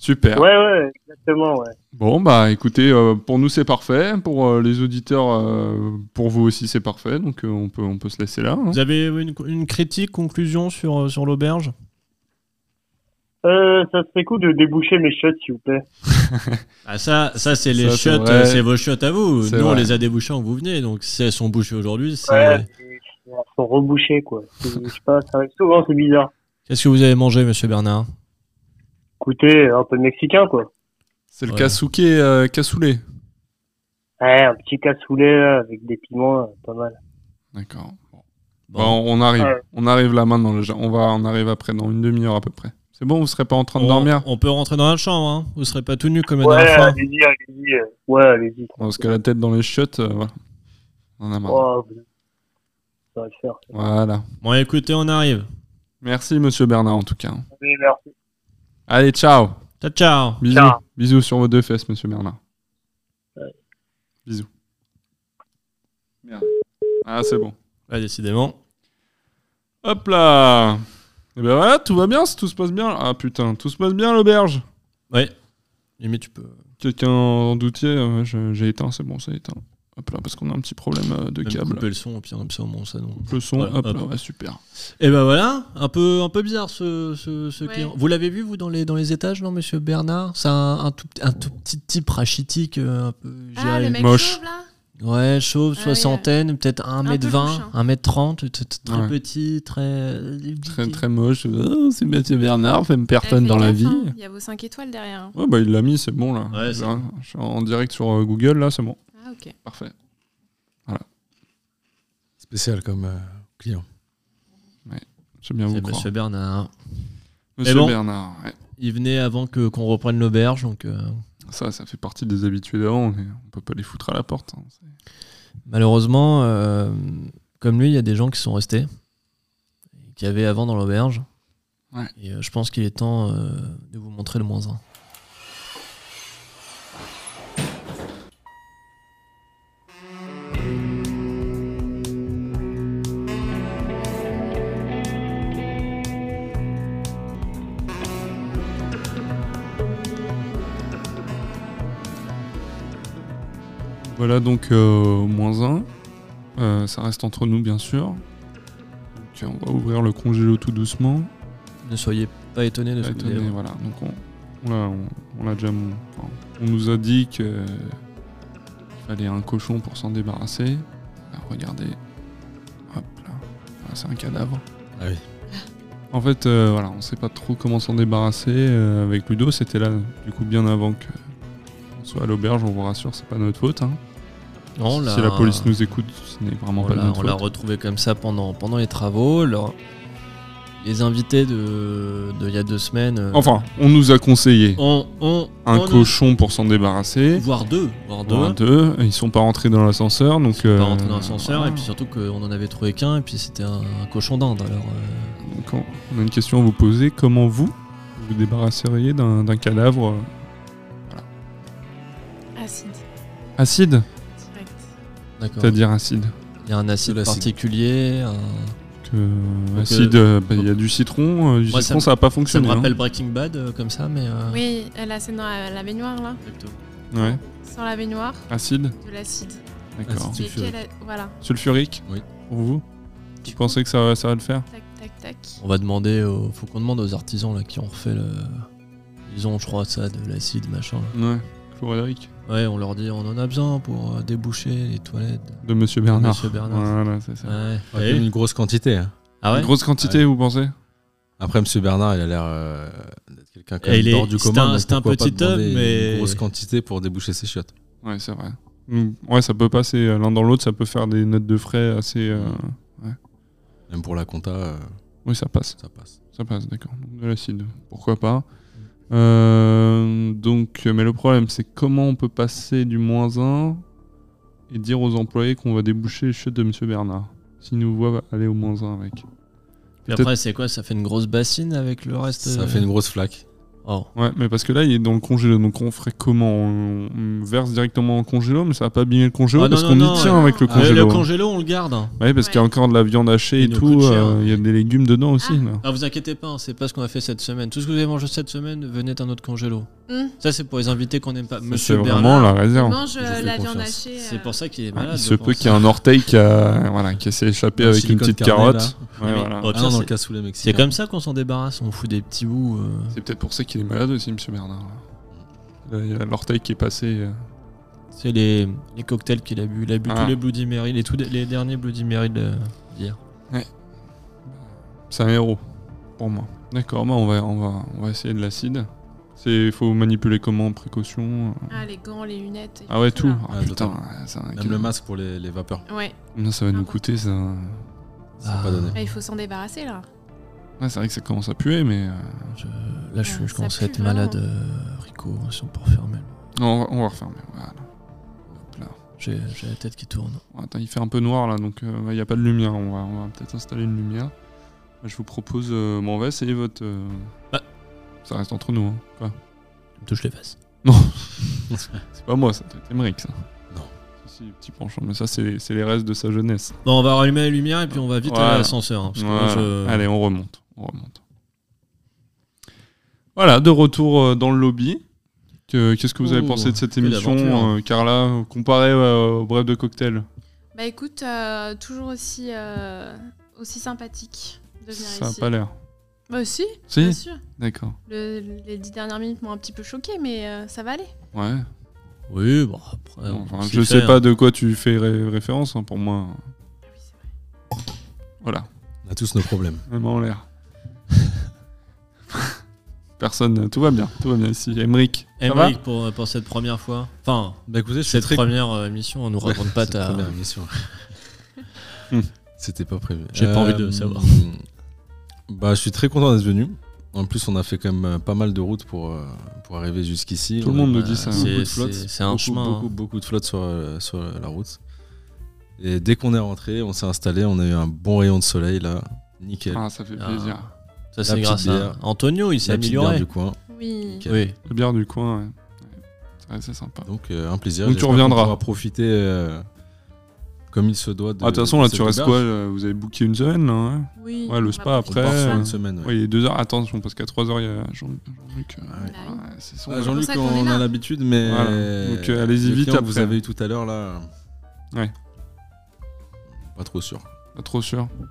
[SPEAKER 4] Super.
[SPEAKER 10] Ouais, ouais, exactement, ouais.
[SPEAKER 4] Bon, bah écoutez, euh, pour nous c'est parfait. Pour euh, les auditeurs, euh, pour vous aussi c'est parfait. Donc euh, on, peut, on peut se laisser là. hein.
[SPEAKER 5] Vous avez une, une critique, conclusion sur, euh, sur l'auberge
[SPEAKER 10] Euh, ça serait cool de déboucher mes shots, s'il vous plaît.
[SPEAKER 5] ah ça, ça c'est les
[SPEAKER 4] Ça, c'est
[SPEAKER 5] chiottes,
[SPEAKER 4] vrai.
[SPEAKER 5] euh, c'est vos chiottes à vous. Nous
[SPEAKER 4] C'est
[SPEAKER 5] on
[SPEAKER 4] vrai.
[SPEAKER 5] les a débouchées quand vous venez, donc si elles sont bouchées aujourd'hui, c'est.
[SPEAKER 10] Ouais, ils sont rebouchés, quoi. C'est- Je sais pas, ça arrive souvent, c'est bizarre.
[SPEAKER 5] Qu'est-ce que vous avez mangé, Monsieur Bernard
[SPEAKER 10] Écoutez, un peu de mexicain, quoi.
[SPEAKER 4] C'est le
[SPEAKER 5] Ouais.
[SPEAKER 4] cassouquet euh, cassoulet.
[SPEAKER 10] Ouais, un petit cassoulet, là, avec des piments, là, pas mal.
[SPEAKER 4] D'accord. Bon. Bah, on on arrive.
[SPEAKER 10] Ouais.
[SPEAKER 4] On arrive là maintenant. déjà. On, va, on arrive après, dans une demi-heure à peu près. C'est bon, vous serez pas en train de dormir
[SPEAKER 5] on, on peut rentrer dans la chambre, hein Vous serez pas tout nu comme la
[SPEAKER 10] Ouais,
[SPEAKER 5] dernière fois.
[SPEAKER 10] allez-y, allez-y. euh, Ouais, allez-y.
[SPEAKER 4] Parce que la tête dans les chiottes, euh, voilà. On en a marre.
[SPEAKER 10] Oh, vous- ça va le faire.
[SPEAKER 4] Voilà.
[SPEAKER 5] Bon, écoutez, on arrive.
[SPEAKER 4] Merci, monsieur Bernard, en tout cas.
[SPEAKER 10] Oui, merci.
[SPEAKER 4] Allez, ciao.
[SPEAKER 5] Ciao, ciao.
[SPEAKER 4] Bisous.
[SPEAKER 10] Ciao.
[SPEAKER 4] Bisous sur vos deux fesses, monsieur Bernard. Bisous. Merde. Ah, c'est bon.
[SPEAKER 5] Ouais, décidément.
[SPEAKER 4] Hop là. Et ben voilà, tout va bien, tout se passe bien. Ah putain, tout se passe bien à l'auberge.
[SPEAKER 5] Ouais. Limite, tu peux.
[SPEAKER 4] Quelqu'un en doutait euh, je- J'ai éteint, c'est bon, c'est éteint. Hop là, parce qu'on a un petit problème euh, de
[SPEAKER 5] Même
[SPEAKER 4] câble.
[SPEAKER 5] couper le son, au pire, comme ça, au moins, ça nous.
[SPEAKER 4] Le son,
[SPEAKER 5] Ouais,
[SPEAKER 4] hop,
[SPEAKER 5] hop.
[SPEAKER 4] là, ouais, super.
[SPEAKER 5] Et ben voilà, un peu, un peu bizarre ce, ce, ce
[SPEAKER 6] Ouais.
[SPEAKER 5] client. Vous l'avez vu, vous, dans les, dans les étages, non, monsieur Bernard C'est un, un, tout, petit- un tout petit type rachitique, euh, un peu. je
[SPEAKER 6] Ah, le
[SPEAKER 5] dirais-
[SPEAKER 6] mec
[SPEAKER 4] moche.
[SPEAKER 6] chauve, là
[SPEAKER 5] Ouais, chauve,
[SPEAKER 6] Ah oui,
[SPEAKER 5] soixantaine, peut-être
[SPEAKER 6] peu
[SPEAKER 5] 1m20,
[SPEAKER 6] louche, hein.
[SPEAKER 5] 1m30, t- t- très
[SPEAKER 4] Ouais.
[SPEAKER 5] petit, très. euh,
[SPEAKER 4] Très très moche. Oh, c'est Mathieu Bernard, femme personne
[SPEAKER 6] Eh,
[SPEAKER 4] dans la
[SPEAKER 6] faites
[SPEAKER 4] vie.
[SPEAKER 6] gaffe, hein, Il y a vos 5 étoiles derrière. hein.
[SPEAKER 4] Ouais, bah il l'a mis, c'est bon là.
[SPEAKER 5] Ouais, c'est
[SPEAKER 4] Là, je suis en direct sur euh, Google, là, c'est bon.
[SPEAKER 6] Ah, ok.
[SPEAKER 4] Parfait.
[SPEAKER 7] Spécial comme euh, client.
[SPEAKER 4] J'aime bien vous
[SPEAKER 5] C'est
[SPEAKER 4] croire.
[SPEAKER 5] monsieur Bernard.
[SPEAKER 4] Monsieur
[SPEAKER 5] Mais bon.
[SPEAKER 4] Bernard, ouais.
[SPEAKER 5] Il venait avant que qu'on reprenne l'auberge, donc euh,
[SPEAKER 4] ça, ça fait partie des habitués d'avant, mais on peut pas les foutre à la porte. hein. C'est-
[SPEAKER 5] malheureusement, euh, comme lui, il y a des gens qui sont restés, qu'il y avait avant dans l'auberge.
[SPEAKER 4] Ouais.
[SPEAKER 5] Et euh, je pense qu'il est temps euh, de vous montrer le moins un.
[SPEAKER 4] Voilà donc euh, moins 1. ça reste entre nous, bien sûr. Donc, euh, on va ouvrir le congélo tout doucement.
[SPEAKER 5] Ne soyez pas étonnés de ce que vous
[SPEAKER 4] Étonné,
[SPEAKER 5] allez voir.
[SPEAKER 4] voilà. Donc on, on, l'a- on- on l'a déjà, enfin, on nous a dit que il fallait un cochon pour s'en débarrasser. Ah, regardez, hop là, Ah, c'est un cadavre.
[SPEAKER 7] Ah oui.
[SPEAKER 4] En fait, euh, voilà, on sait pas trop comment s'en débarrasser. euh, avec Ludo, c'était là, du coup, bien avant que on soit à l'auberge. On vous rassure, c'est pas notre faute. hein.
[SPEAKER 5] On
[SPEAKER 4] si la police nous écoute, ce n'est vraiment
[SPEAKER 5] on
[SPEAKER 4] pas de
[SPEAKER 5] l'a-
[SPEAKER 4] notre
[SPEAKER 5] on l'a
[SPEAKER 4] faute.
[SPEAKER 5] retrouvé comme ça pendant, pendant les travaux. Leur- les invités de de il y a deux semaines. euh,
[SPEAKER 4] Enfin, on nous a conseillé
[SPEAKER 5] on, on-
[SPEAKER 4] un
[SPEAKER 5] on-
[SPEAKER 4] cochon pour s'en débarrasser.
[SPEAKER 5] Voire deux. Voire deux. hein.
[SPEAKER 4] Deux. deux. Ils sont pas rentrés dans l'ascenseur, donc.
[SPEAKER 5] Pas
[SPEAKER 4] euh,
[SPEAKER 5] rentrer dans l'ascenseur,
[SPEAKER 4] voilà.
[SPEAKER 5] et puis surtout qu'on en avait trouvé qu'un, et puis c'était un, un cochon d'Inde. Alors, euh,
[SPEAKER 4] Donc, on on a une question à vous poser. Comment vous vous débarrasseriez d'un d'un cadavre euh,
[SPEAKER 6] Acide,
[SPEAKER 4] acide
[SPEAKER 6] direct.
[SPEAKER 5] d'accord.
[SPEAKER 4] C'est-à-dire acide.
[SPEAKER 5] Il y a un acide,
[SPEAKER 7] De l'acide.
[SPEAKER 5] particulier. un-
[SPEAKER 4] Que, acide, euh, bah, il y a du citron. euh, du
[SPEAKER 5] Moi, ça
[SPEAKER 4] citron,
[SPEAKER 5] me-
[SPEAKER 4] ça n'a pas
[SPEAKER 5] Ça
[SPEAKER 4] fonctionné.
[SPEAKER 5] me
[SPEAKER 4] hein.
[SPEAKER 5] rappelle Breaking Bad euh, comme ça, mais.
[SPEAKER 4] Ah.
[SPEAKER 5] euh,
[SPEAKER 6] Oui, euh, là c'est dans la, la baignoire là.
[SPEAKER 5] exactement.
[SPEAKER 4] Ouais.
[SPEAKER 6] Sans la baignoire,
[SPEAKER 4] Acide.
[SPEAKER 6] de l'acide.
[SPEAKER 4] D'accord.
[SPEAKER 7] Acide.
[SPEAKER 6] Mais
[SPEAKER 7] Sulfurique.
[SPEAKER 6] quel a- Voilà,
[SPEAKER 4] Sulfurique.
[SPEAKER 7] Oui.
[SPEAKER 4] Pour vous Tu pensais que ça, ça va le faire
[SPEAKER 6] tac, tac, tac.
[SPEAKER 5] On va demander. Au, faut qu'on demande aux artisans là, qui ont refait le. Ils ont, je crois, ça, de l'acide, machin.
[SPEAKER 4] Ouais. Chlorhydrique.
[SPEAKER 5] Ouais, on leur dit on en a besoin pour euh, déboucher les toilettes.
[SPEAKER 4] De Monsieur Bernard.
[SPEAKER 5] Monsieur Bernard.
[SPEAKER 4] Voilà, c'est ça.
[SPEAKER 5] Ouais.
[SPEAKER 7] Pas comme une grosse quantité. hein.
[SPEAKER 5] Ah ouais
[SPEAKER 4] Grosse quantité, vous pensez
[SPEAKER 7] Après, Monsieur Bernard, il a l'air euh, d'être quelqu'un quand
[SPEAKER 5] Et
[SPEAKER 7] même
[SPEAKER 5] il est-
[SPEAKER 7] hors du
[SPEAKER 5] c'est
[SPEAKER 7] commun.
[SPEAKER 5] un-
[SPEAKER 7] donc
[SPEAKER 5] c'est un
[SPEAKER 7] pourquoi pas
[SPEAKER 5] petit homme,
[SPEAKER 7] demander
[SPEAKER 5] mais-
[SPEAKER 7] Une grosse quantité pour déboucher ses chiottes.
[SPEAKER 4] Ouais, c'est vrai. Mm, Ouais, ça peut passer euh, l'un dans l'autre, ça peut faire des notes de frais assez. euh,
[SPEAKER 5] Mm.
[SPEAKER 7] Même pour la compta, euh,
[SPEAKER 4] Oui, ça passe.
[SPEAKER 7] ça passe.
[SPEAKER 4] Ça passe, d'accord. Donc, De l'acide, pourquoi pas. Euh, donc, euh, mais le problème, c'est comment on peut passer du moins 1 et dire aux employés qu'on va déboucher les chutes de Monsieur Bernard. S'ils nous voient aller au moins 1 avec.
[SPEAKER 5] Puis
[SPEAKER 4] Peut-être-
[SPEAKER 5] après, c'est quoi Ça fait une grosse bassine avec le reste
[SPEAKER 7] Ça
[SPEAKER 5] euh,
[SPEAKER 7] fait une grosse flaque.
[SPEAKER 5] Oh.
[SPEAKER 4] Ouais, mais parce que là, il est dans le congélo, donc on ferait comment on, on verse directement dans le congélo, mais ça va pas abîmer le congélo
[SPEAKER 5] Ah, non,
[SPEAKER 4] parce
[SPEAKER 5] non,
[SPEAKER 4] qu'on
[SPEAKER 5] non,
[SPEAKER 4] y tient
[SPEAKER 6] euh,
[SPEAKER 4] avec le
[SPEAKER 5] Ah, le
[SPEAKER 4] congélo. hein.
[SPEAKER 5] congélo, on le garde.
[SPEAKER 4] Ouais, parce
[SPEAKER 6] Ouais.
[SPEAKER 4] qu'il y a encore de la viande hachée
[SPEAKER 5] Il
[SPEAKER 4] et
[SPEAKER 5] nous
[SPEAKER 4] tout,
[SPEAKER 5] coûte cher,
[SPEAKER 4] euh, il y a des légumes dedans aussi.
[SPEAKER 6] Ah.
[SPEAKER 4] là.
[SPEAKER 5] Ah, vous inquiétez pas, hein, c'est pas ce qu'on a fait cette semaine. Tout ce que vous avez mangé cette semaine venait d'un autre congélo.
[SPEAKER 6] Hum.
[SPEAKER 5] Ça, c'est pour les invités qu'on n'aime pas.
[SPEAKER 4] C'est
[SPEAKER 5] Monsieur
[SPEAKER 4] vraiment
[SPEAKER 5] Bernard,
[SPEAKER 4] la réserve.
[SPEAKER 6] Mange euh,
[SPEAKER 7] fais
[SPEAKER 6] la viande
[SPEAKER 7] confiance.
[SPEAKER 6] hachée.
[SPEAKER 5] c'est
[SPEAKER 6] euh,
[SPEAKER 5] pour ça qu'il est
[SPEAKER 4] Ouais,
[SPEAKER 5] malade.
[SPEAKER 4] il
[SPEAKER 5] je
[SPEAKER 4] se peut
[SPEAKER 5] pense.
[SPEAKER 4] qu'il y ait un orteil qui, a, voilà, qui s'est échappé
[SPEAKER 7] Le
[SPEAKER 4] avec une
[SPEAKER 7] silicone
[SPEAKER 4] petite
[SPEAKER 7] carnet, là.
[SPEAKER 4] carotte. Ouais,
[SPEAKER 5] Mais
[SPEAKER 4] voilà.
[SPEAKER 5] au
[SPEAKER 7] Ah
[SPEAKER 5] pire,
[SPEAKER 7] non, dans
[SPEAKER 5] Oh, c'est-
[SPEAKER 7] le cas sous les Mexicains.
[SPEAKER 4] hein.
[SPEAKER 5] c'est comme ça qu'on s'en débarrasse. On fout des petits bouts. euh.
[SPEAKER 4] C'est peut-être pour ça qu'il est malade aussi, monsieur Bernard. Là, il y a l'orteil qui est passé. euh.
[SPEAKER 5] C'est les, les cocktails qu'il a bu. Il a bu
[SPEAKER 4] Ah.
[SPEAKER 5] tous les Bloody Mary, les, tout- les derniers Bloody Mary de- d'hier.
[SPEAKER 4] C'est un héros, pour moi. D'accord, bah on va, on va, on va essayer de l'acide. Il faut manipuler comment en Précaution euh.
[SPEAKER 6] Ah, les gants, les lunettes.
[SPEAKER 4] Ah ouais, tout.
[SPEAKER 6] là.
[SPEAKER 4] Ah,
[SPEAKER 7] Ah,
[SPEAKER 4] putain,
[SPEAKER 7] totalement.
[SPEAKER 4] ouais, ça,
[SPEAKER 7] Même le masque pour les, les vapeurs.
[SPEAKER 6] Ouais,
[SPEAKER 4] Combien ça va nous coûter, ça
[SPEAKER 7] C'est
[SPEAKER 5] Ah.
[SPEAKER 7] pas donné.
[SPEAKER 6] Ah, il faut s'en débarrasser là.
[SPEAKER 4] Ouais, C'est vrai que ça commence à puer, mais... euh,
[SPEAKER 5] Je- là, je,
[SPEAKER 6] Ouais,
[SPEAKER 5] je
[SPEAKER 6] Ah, ça
[SPEAKER 5] commence
[SPEAKER 6] pue
[SPEAKER 5] à être
[SPEAKER 6] vraiment.
[SPEAKER 5] malade, euh, Rico, si on peut refermer.
[SPEAKER 4] Non, on va, on va refermer. Voilà. Hop là.
[SPEAKER 5] J'ai j'ai la tête qui tourne.
[SPEAKER 4] Attends, il fait un peu noir là, donc euh, il n'y a pas de lumière. On va, on va peut-être installer une lumière. Bah, Je vous propose. euh, bon, on va essayer votre. euh,
[SPEAKER 5] Ah.
[SPEAKER 4] Ça reste entre nous. Hein. Quoi
[SPEAKER 5] Je me touche les fesses.
[SPEAKER 4] c'est pas moi, ça doit être Émeric, ça.
[SPEAKER 7] Non.
[SPEAKER 4] Si, si, petit penchant, mais ça, c'est c'est les restes de sa jeunesse.
[SPEAKER 5] Bon, on va rallumer la lumière et puis on va vite aller
[SPEAKER 4] Voilà.
[SPEAKER 5] à l'ascenseur. hein, parce que moi,
[SPEAKER 4] Voilà.
[SPEAKER 5] je-
[SPEAKER 4] Allez, on remonte. On remonte. Voilà, de retour euh, dans le lobby. Que- Qu'est-ce que vous avez
[SPEAKER 5] Ouh,
[SPEAKER 4] pensé de cette
[SPEAKER 5] que
[SPEAKER 4] émission,
[SPEAKER 5] d'aventure.
[SPEAKER 4] euh, Carla, comparé euh, au bref de cocktail
[SPEAKER 6] Bah écoute, euh, toujours aussi, euh, aussi sympathique de venir
[SPEAKER 4] Ça n'a
[SPEAKER 6] ici.
[SPEAKER 4] pas l'air.
[SPEAKER 6] Bah si, bien
[SPEAKER 4] Si
[SPEAKER 6] sûr.
[SPEAKER 4] D'accord.
[SPEAKER 6] Le- les dix dernières minutes m'ont un petit peu choqué, mais euh, ça va aller.
[SPEAKER 4] Ouais.
[SPEAKER 5] Oui, bon, après.
[SPEAKER 4] Bon,
[SPEAKER 5] on
[SPEAKER 4] enfin,
[SPEAKER 5] s'y
[SPEAKER 4] je
[SPEAKER 5] fait,
[SPEAKER 4] sais
[SPEAKER 5] hein.
[SPEAKER 4] pas de quoi tu fais ré- référence hein, pour moi.
[SPEAKER 5] Ah
[SPEAKER 4] Voilà,
[SPEAKER 7] On a tous nos problèmes.
[SPEAKER 4] même en l'air. Personne, tout va bien, tout va bien ici. Emric, ça va
[SPEAKER 5] Émeric, pour, pour cette première fois. Enfin,
[SPEAKER 7] Bah écoutez, je suis
[SPEAKER 5] cette
[SPEAKER 7] très
[SPEAKER 5] première euh, émission, on nous raconte pas
[SPEAKER 7] Cette
[SPEAKER 5] ta.
[SPEAKER 7] première émission.
[SPEAKER 4] Hmm.
[SPEAKER 7] C'était pas prévu. Euh,
[SPEAKER 5] J'ai pas envie de savoir.
[SPEAKER 7] Bah, je suis très content d'être venu. En plus, on a fait quand même euh, pas mal de routes pour, euh, pour arriver jusqu'ici.
[SPEAKER 4] Tout le
[SPEAKER 7] On a-
[SPEAKER 4] monde nous
[SPEAKER 5] bah,
[SPEAKER 4] dit ça. hein.
[SPEAKER 5] c'est-
[SPEAKER 7] beaucoup de flotte.
[SPEAKER 5] c'est un
[SPEAKER 7] beaucoup,
[SPEAKER 5] chemin,
[SPEAKER 7] Beaucoup,
[SPEAKER 5] hein.
[SPEAKER 7] beaucoup de flotte sur, euh, sur la route. Et dès qu'on est rentré, on s'est installé, on a eu un bon rayon de soleil là. Nickel.
[SPEAKER 4] Ah, ça fait
[SPEAKER 5] Ah.
[SPEAKER 4] plaisir.
[SPEAKER 5] Ça,
[SPEAKER 7] La
[SPEAKER 5] c'est
[SPEAKER 7] petite
[SPEAKER 5] grâce à
[SPEAKER 7] bière.
[SPEAKER 5] Antonio, il s'est
[SPEAKER 7] la petite bière
[SPEAKER 5] amélioré.
[SPEAKER 7] du coin.
[SPEAKER 6] Oui.
[SPEAKER 7] Nickel.
[SPEAKER 5] Oui,
[SPEAKER 4] La bière du coin, ouais. Ouais. C'est vrai, c'est sympa.
[SPEAKER 7] Donc, euh, un plaisir.
[SPEAKER 4] Donc, tu
[SPEAKER 7] J'espère
[SPEAKER 4] reviendras.
[SPEAKER 7] qu'on pourra profiter euh, comme il se doit. De
[SPEAKER 4] Ah, de toute façon, là,
[SPEAKER 7] cette
[SPEAKER 4] tu restes
[SPEAKER 7] auberge.
[SPEAKER 4] quoi euh, Vous avez booké une semaine, là Ouais,
[SPEAKER 6] oui.
[SPEAKER 4] Ouais, le
[SPEAKER 6] on
[SPEAKER 4] spa
[SPEAKER 6] va
[SPEAKER 7] On
[SPEAKER 4] après,
[SPEAKER 7] part
[SPEAKER 6] profiter
[SPEAKER 7] sur
[SPEAKER 4] euh,
[SPEAKER 6] de
[SPEAKER 7] une
[SPEAKER 6] ça.
[SPEAKER 7] semaine. ouais.
[SPEAKER 4] Ouais, il est 2h. Attention, parce qu'à 3h, il y a Jean- Jean-Luc. euh,
[SPEAKER 7] Ouais.
[SPEAKER 6] Bah oui.
[SPEAKER 4] ouais, c'est son.
[SPEAKER 7] Ah,
[SPEAKER 6] C'est
[SPEAKER 7] Jean-Luc,
[SPEAKER 6] pour ça qu'on est
[SPEAKER 7] on a
[SPEAKER 6] là.
[SPEAKER 7] l'habitude, mais.
[SPEAKER 4] Voilà. Donc, euh, allez-y
[SPEAKER 7] le
[SPEAKER 4] vite
[SPEAKER 7] client que Vous
[SPEAKER 4] après.
[SPEAKER 7] avez eu tout à l'heure, là.
[SPEAKER 4] Ouais.
[SPEAKER 7] Pas trop sûr.
[SPEAKER 4] Pas trop sûr. Bon.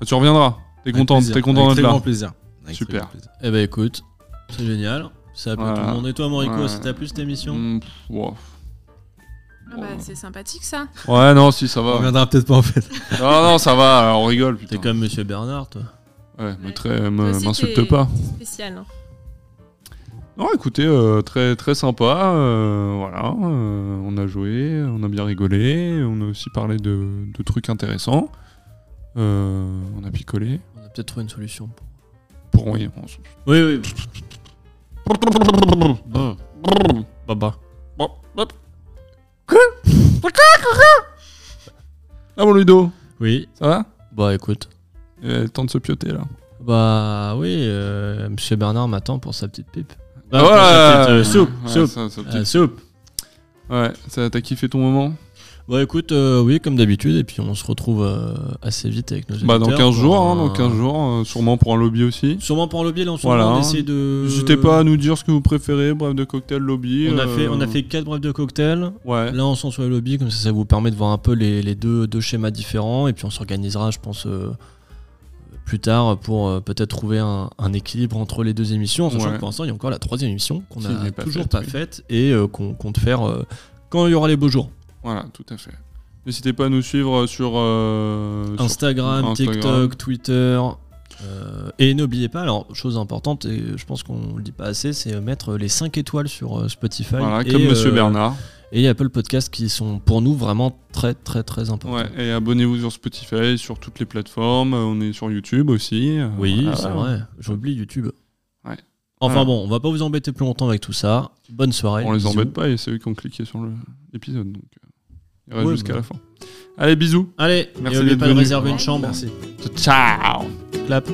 [SPEAKER 4] Ah, tu reviendras. T'es content,
[SPEAKER 7] Avec plaisir.
[SPEAKER 4] t'es content
[SPEAKER 7] Avec
[SPEAKER 4] d'être
[SPEAKER 7] très grand
[SPEAKER 4] là.
[SPEAKER 7] plaisir. Avec
[SPEAKER 4] Super.
[SPEAKER 7] très grand plaisir.
[SPEAKER 5] eh ben écoute, c'est génial. Ça plaît
[SPEAKER 4] Ouais.
[SPEAKER 5] à tout le monde. Et toi, Morico,
[SPEAKER 4] Ouais.
[SPEAKER 5] si t'as plus cette émission
[SPEAKER 4] Hmm, pff, wow.
[SPEAKER 6] Ah bah, c'est sympathique ça.
[SPEAKER 4] Ouais, non, si, ça
[SPEAKER 5] On
[SPEAKER 4] va.
[SPEAKER 5] reviendra peut-être pas en fait.
[SPEAKER 4] Non, non, ça va, on rigole,
[SPEAKER 5] T'es
[SPEAKER 4] putain.
[SPEAKER 5] comme Monsieur Bernard, toi.
[SPEAKER 4] Ouais, me
[SPEAKER 6] Ouais.
[SPEAKER 4] très- me-
[SPEAKER 6] Toi aussi,
[SPEAKER 4] m'insulte
[SPEAKER 6] t'es-
[SPEAKER 4] pas.
[SPEAKER 6] t'es Spécial. hein.
[SPEAKER 4] Non, écoutez, euh, très, très sympa. euh, voilà, euh, on a joué, on a bien rigolé, on a aussi parlé de, de trucs intéressants. Euh, on a picolé.
[SPEAKER 5] On a peut-être trouvé une solution.
[SPEAKER 4] Pour oui, on s'en-
[SPEAKER 5] Oui, oui. Bon. Baba.
[SPEAKER 4] Ah bon, Ludo,
[SPEAKER 5] Oui.
[SPEAKER 4] ça va
[SPEAKER 5] Bah écoute.
[SPEAKER 4] Il est temps de se pioter là.
[SPEAKER 5] Bah oui, euh, Monsieur Bernard m'attend pour sa petite pipe.
[SPEAKER 4] Ah,
[SPEAKER 5] pour sa
[SPEAKER 4] ouais,
[SPEAKER 5] petite, euh, soupe,
[SPEAKER 4] ouais,
[SPEAKER 5] soupe.
[SPEAKER 4] ça- ça-
[SPEAKER 5] Euh, soupe.
[SPEAKER 4] Ouais, ça- t'as kiffé ton moment
[SPEAKER 5] Bah écoute, euh, oui, comme d'habitude, et puis on se retrouve euh, assez vite avec nos
[SPEAKER 4] Bah, dans
[SPEAKER 5] auditeurs
[SPEAKER 4] 15
[SPEAKER 5] pour
[SPEAKER 4] jours, hein,
[SPEAKER 5] un-
[SPEAKER 4] dans 15 jours, euh, sûrement pour un lobby aussi.
[SPEAKER 5] Sûrement pour un lobby, là, on
[SPEAKER 4] Voilà,
[SPEAKER 5] voilà,
[SPEAKER 4] hein.
[SPEAKER 5] essayer de.
[SPEAKER 4] N'hésitez pas à nous dire ce que vous préférez, bref, de cocktail, lobby.
[SPEAKER 5] Euh, On a
[SPEAKER 4] euh,
[SPEAKER 5] fait, on a fait quatre brefs de cocktail.
[SPEAKER 4] Ouais.
[SPEAKER 5] Là, on s'en soit au lobby, comme ça, ça vous permet de voir un peu les, les deux, deux schémas différents. Et puis, on s'organisera, je pense, euh, plus tard pour euh, peut-être trouver un, un équilibre entre les deux émissions. En sachant
[SPEAKER 4] Ouais.
[SPEAKER 5] que pour l'instant, il y a encore la troisième émission qu'on
[SPEAKER 4] Qui
[SPEAKER 5] n'a
[SPEAKER 4] n'est pas
[SPEAKER 5] toujours
[SPEAKER 4] faite,
[SPEAKER 5] pas
[SPEAKER 4] oui.
[SPEAKER 5] faite et euh, qu'on compte faire euh, quand il y aura les beaux jours.
[SPEAKER 4] Voilà, tout à fait. N'hésitez pas à nous suivre sur. euh, sur-
[SPEAKER 5] Instagram,
[SPEAKER 4] Instagram.
[SPEAKER 5] TikTok, Twitter. euh, et n'oubliez pas, alors, chose importante, et je pense qu'on ne le dit pas assez, c'est euh, mettre les 5 étoiles sur euh, Spotify.
[SPEAKER 4] Voilà,
[SPEAKER 5] et,
[SPEAKER 4] comme Monsieur
[SPEAKER 5] euh,
[SPEAKER 4] Bernard.
[SPEAKER 5] Et Apple Podcast qui sont pour nous vraiment très, très, très importants.
[SPEAKER 4] Ouais, et abonnez-vous sur Spotify, sur toutes les plateformes. euh, On est sur YouTube aussi. euh,
[SPEAKER 5] Oui,
[SPEAKER 4] voilà.
[SPEAKER 5] c'est vrai. J'oublie YouTube.
[SPEAKER 4] Ouais.
[SPEAKER 5] Enfin
[SPEAKER 4] Voilà.
[SPEAKER 5] bon, on va pas vous embêter plus longtemps avec tout ça. Bonne soirée.
[SPEAKER 4] On les
[SPEAKER 5] bisous.
[SPEAKER 4] embête pas et c'est eux qui ont cliqué sur le- l'épisode. Donc, euh, ils restent
[SPEAKER 5] Ouais,
[SPEAKER 4] jusqu'à
[SPEAKER 5] bah.
[SPEAKER 4] la fin. Allez, bisous.
[SPEAKER 5] Allez, euh,
[SPEAKER 4] Merci
[SPEAKER 5] et n'oubliez
[SPEAKER 4] d'être
[SPEAKER 5] pas de
[SPEAKER 4] venu.
[SPEAKER 5] réserver une chambre.
[SPEAKER 4] Ciao.
[SPEAKER 5] Clap.